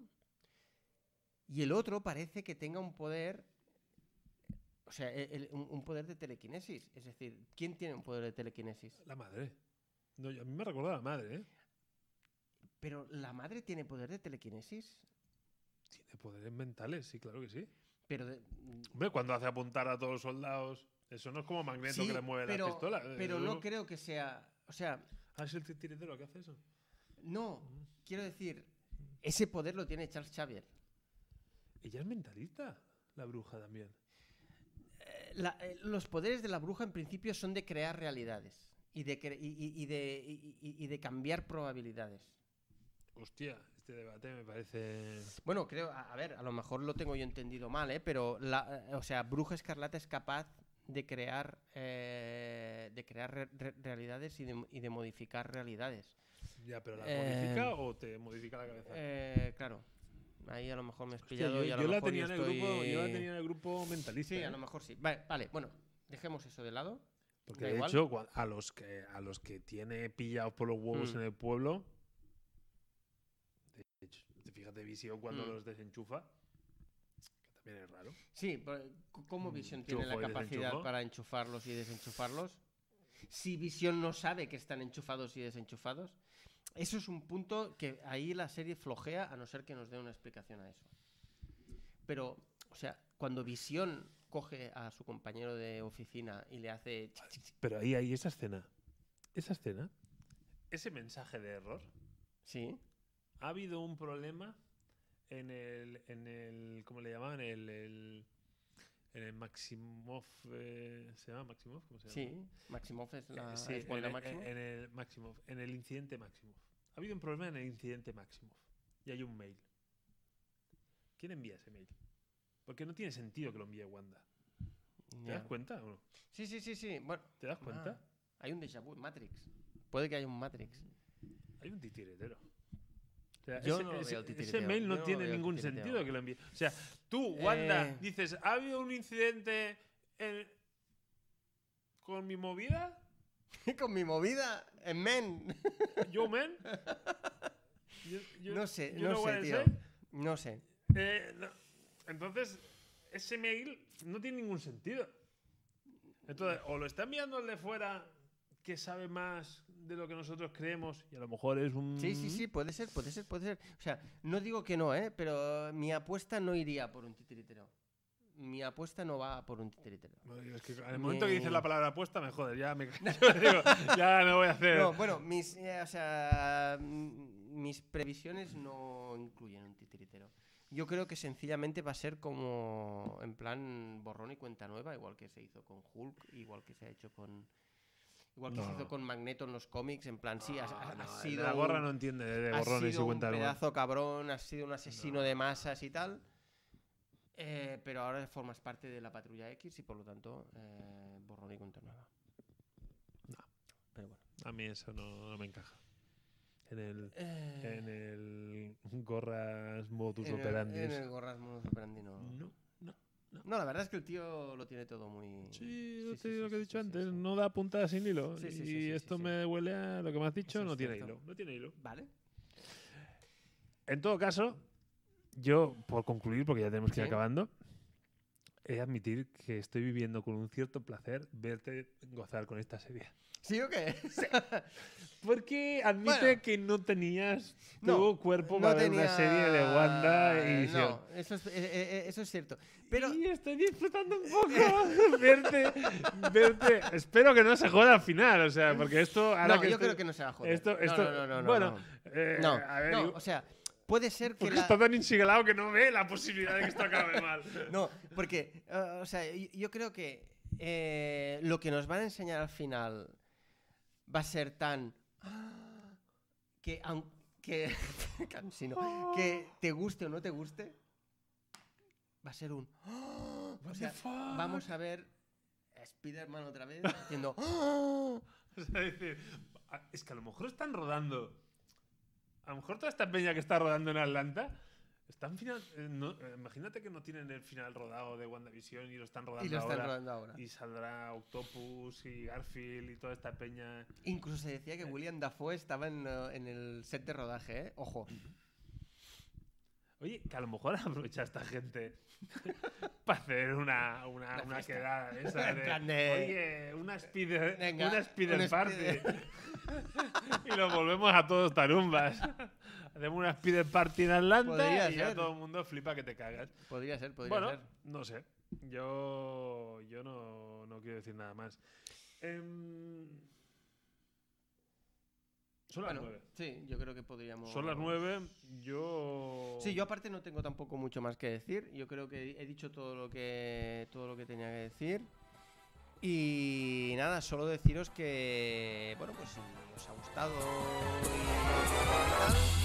Speaker 2: Y el otro parece que tenga un poder, o sea, e- el- un un poder de telequinesis. Es decir, ¿quién tiene un poder de telequinesis?
Speaker 1: La madre. No, yo- a mí me recuerda a la madre, ¿eh?
Speaker 2: Pero la madre tiene poder de telequinesis.
Speaker 1: Tiene poderes mentales, sí, claro que sí.
Speaker 2: Pero de-
Speaker 1: Hombre, cuando hace apuntar a todos los soldados, eso no es como Magneto
Speaker 2: Sí,
Speaker 1: que le mueve
Speaker 2: pero,
Speaker 1: la pistola. eh, uh.
Speaker 2: Pero
Speaker 1: Eso-
Speaker 2: no creo que sea. O sea,
Speaker 1: Ah, es el titiritero que hace eso.
Speaker 2: no. Quiero decir, ese poder lo tiene Charles Xavier.
Speaker 1: Ella es mentalista, la bruja también.
Speaker 2: Eh, la- eh, los poderes de la bruja en principio son de crear realidades y de, cre- y, y- y de, y- y- y de cambiar probabilidades.
Speaker 1: Hostia, este debate me parece.
Speaker 2: Bueno, creo, a, a ver, a lo mejor lo tengo yo entendido mal, ¿eh? pero la, eh, o sea, Bruja Escarlata es capaz de crear, eh, de crear re- re- realidades y de, y de modificar realidades.
Speaker 1: Ya, pero ¿la
Speaker 2: Eh,
Speaker 1: modifica o te modifica la cabeza?
Speaker 2: Eh, claro, ahí a lo mejor me has
Speaker 1: Hostia,
Speaker 2: pillado
Speaker 1: yo,
Speaker 2: y a
Speaker 1: yo
Speaker 2: lo
Speaker 1: la
Speaker 2: mejor
Speaker 1: tenía
Speaker 2: yo
Speaker 1: en el grupo,
Speaker 2: estoy-
Speaker 1: yo la tenía en el grupo mentalista.
Speaker 2: Sí,
Speaker 1: ¿eh?
Speaker 2: a lo mejor sí. Vale, vale, bueno, dejemos eso de lado.
Speaker 1: Porque
Speaker 2: da
Speaker 1: de
Speaker 2: igual.
Speaker 1: hecho, cua- a los que a los que tiene pillados por los huevos
Speaker 2: Mm.
Speaker 1: en el pueblo. De hecho, te fíjate Visión cuando
Speaker 2: Mm.
Speaker 1: los desenchufa. Que también es raro.
Speaker 2: Sí, pero, c- ¿cómo
Speaker 1: Mm,
Speaker 2: Vision tiene la
Speaker 1: enchufo y
Speaker 2: capacidad
Speaker 1: desenchufo.
Speaker 2: para enchufarlos y desenchufarlos? Si Vision no sabe que están enchufados y desenchufados, eso es un punto que ahí la serie flojea a no ser que nos dé una explicación a eso. Pero, o sea, cuando Vision coge a su compañero de oficina y le hace... chic, chic, chic,
Speaker 1: Pero ahí, ahí, esa escena. Esa escena. Ese mensaje de error.
Speaker 2: Sí,
Speaker 1: Ha habido un problema en el. En el ¿Cómo le llamaban? El, el- en el Maximov. eh, ¿Se llama Maximov? ¿Cómo se llama?
Speaker 2: sí, Maximoff es la...
Speaker 1: Eh, sí,
Speaker 2: es Wanda
Speaker 1: en, el-
Speaker 2: Maximoff.
Speaker 1: en el Maximoff, en el incidente Maximoff. Ha habido un problema en el incidente Maximoff. Y hay un mail. ¿Quién envía ese mail? Porque no tiene sentido que lo envíe Wanda. ¿Te
Speaker 2: Ya.
Speaker 1: das cuenta o no?
Speaker 2: Sí, sí, sí, sí. Bueno,
Speaker 1: ¿Te das cuenta?
Speaker 2: ah, hay un déjà vu, Matrix. Puede que haya un Matrix.
Speaker 1: Hay un titiritero. O sea,
Speaker 2: Yo
Speaker 1: ese,
Speaker 2: no lo
Speaker 1: ese-
Speaker 2: veo
Speaker 1: ese
Speaker 2: titiriteo,
Speaker 1: mail
Speaker 2: yo
Speaker 1: no
Speaker 2: no
Speaker 1: tiene
Speaker 2: lo veo
Speaker 1: ningún
Speaker 2: titiriteo.
Speaker 1: sentido que lo envíe. O sea, tú, Wanda,
Speaker 2: Eh.
Speaker 1: dices, ha habido un incidente en- con mi movida,
Speaker 2: Con mi movida, en men.
Speaker 1: yo, man. Yo- yo-
Speaker 2: No sé,
Speaker 1: you
Speaker 2: no
Speaker 1: know what
Speaker 2: sé,
Speaker 1: I
Speaker 2: tío.
Speaker 1: say?
Speaker 2: No sé.
Speaker 1: Eh, no. Entonces, ese mail no tiene ningún sentido. Entonces, o lo está enviando el de fuera que sabe más de lo que nosotros creemos y a lo mejor es un...
Speaker 2: Sí, sí, sí, puede ser, puede ser, puede ser. O sea, no digo que no, ¿eh? Pero mi apuesta no iría por un titiritero. Mi apuesta no va por un titiritero.
Speaker 1: No, yo es que en el momento que dices
Speaker 2: Ni-
Speaker 1: la palabra apuesta, me joder, ya me yo digo, ya no voy a hacer.
Speaker 2: No, bueno, mis, eh, o sea, mm, mis previsiones no incluyen un titiritero. Yo creo que sencillamente va a ser como en plan borrón y cuenta nueva, igual que se hizo con Hulk, igual que se ha hecho con... Igual que se
Speaker 1: No. Ah,
Speaker 2: hizo con Magneto en los cómics, en plan, sí, ha, ha- ha
Speaker 1: No, el de
Speaker 2: sido...
Speaker 1: la gorra
Speaker 2: un-
Speaker 1: no entiende de
Speaker 2: has
Speaker 1: borrones y
Speaker 2: sido un
Speaker 1: cuenta nueva.
Speaker 2: pedazo cabrón, has sido un asesino de masas y tal. eh, pero ahora formas parte de la patrulla X y por lo tanto eh, borrón y cuenta nueva. Pero bueno.
Speaker 1: A mí eso no, no me encaja. En el en el gorras modus
Speaker 2: Eh, en el-
Speaker 1: operandi.
Speaker 2: en el Gorras modus operandi no.
Speaker 1: No.
Speaker 2: No, la verdad es que el tío lo tiene todo muy.
Speaker 1: Sí,
Speaker 2: Sí,
Speaker 1: yo
Speaker 2: sí,
Speaker 1: te
Speaker 2: sí,
Speaker 1: digo lo que he
Speaker 2: sí,
Speaker 1: dicho
Speaker 2: sí,
Speaker 1: antes,
Speaker 2: sí.
Speaker 1: no da puntada sin hilo.
Speaker 2: Sí, sí, sí,
Speaker 1: y
Speaker 2: sí, sí,
Speaker 1: esto
Speaker 2: sí.
Speaker 1: me huele a lo que me has dicho,
Speaker 2: Eso
Speaker 1: no
Speaker 2: es
Speaker 1: tiene
Speaker 2: cierto.
Speaker 1: hilo. No tiene hilo.
Speaker 2: Vale.
Speaker 1: En todo caso, yo, por concluir, porque ya tenemos que ir
Speaker 2: Sí.
Speaker 1: acabando, he de admitir que estoy viviendo con un cierto placer verte gozar con esta serie.
Speaker 2: ¿Sí o qué?
Speaker 1: Porque admite
Speaker 2: Bueno.
Speaker 1: que no tenías tu
Speaker 2: No,
Speaker 1: cuerpo para ver una serie de Wanda y Vision.
Speaker 2: No, eso es, eh, eh, eh, eso es cierto. Pero.
Speaker 1: Y estoy disfrutando un poco verte, verte. Espero que no se joda al final, o sea, porque esto ahora
Speaker 2: No,
Speaker 1: que
Speaker 2: yo
Speaker 1: estoy-
Speaker 2: creo que no se va a joder.
Speaker 1: Esto,
Speaker 2: No,
Speaker 1: esto-
Speaker 2: no, no, no, no,
Speaker 1: bueno,
Speaker 2: no.
Speaker 1: eh,
Speaker 2: No,
Speaker 1: a ver,
Speaker 2: no,
Speaker 1: digo,
Speaker 2: o sea, puede ser que
Speaker 1: porque
Speaker 2: la...
Speaker 1: está tan insigalado que no ve la posibilidad de que esto acabe mal.
Speaker 2: No, porque, eh, o sea, y- yo creo que eh, lo que nos van a enseñar al final va a ser tan... que aunque... cansino, que te guste o no te guste, va a ser un... O sea, vamos a ver a Spider-Man otra vez "¡Ah!", haciendo...
Speaker 1: O sea, decir, a- es que a lo mejor están rodando. A lo mejor toda esta peña que está rodando en Atlanta. Están final, eh, no- eh, imagínate que no tienen el final rodado de WandaVision y lo están rodando
Speaker 2: Y lo están
Speaker 1: ahora.
Speaker 2: rodando ahora.
Speaker 1: Y saldrá Octopus y Garfield y toda esta peña.
Speaker 2: Incluso se decía que
Speaker 1: Eh.
Speaker 2: William Dafoe estaba en, eh, en el set de rodaje, ¿eh? Ojo.
Speaker 1: Oye, que a lo mejor aprovecha esta gente para hacer una, una,
Speaker 2: Una
Speaker 1: una
Speaker 2: fiesta.
Speaker 1: quedada esa
Speaker 2: En
Speaker 1: de,
Speaker 2: plan de-
Speaker 1: Oye, una speeder,
Speaker 2: Venga,
Speaker 1: una speeder
Speaker 2: un
Speaker 1: party.
Speaker 2: speeder.
Speaker 1: y lo volvemos a todos tarumbas. Hacemos una speeder party en Atlanta
Speaker 2: Podría
Speaker 1: y ya
Speaker 2: ser.
Speaker 1: todo el mundo flipa que te cagas.
Speaker 2: Podría ser, podría
Speaker 1: Bueno,
Speaker 2: ser.
Speaker 1: no sé. Yo, yo no, no quiero decir nada más. Em, son las
Speaker 2: Bueno,
Speaker 1: nueve.
Speaker 2: sí, yo creo que podríamos.
Speaker 1: Son las nueve. Yo.
Speaker 2: Sí, yo aparte no tengo tampoco mucho más que decir. Yo creo que he dicho todo lo que todo lo que tenía que decir. Y nada, solo deciros que bueno, pues si os ha gustado y tal, pues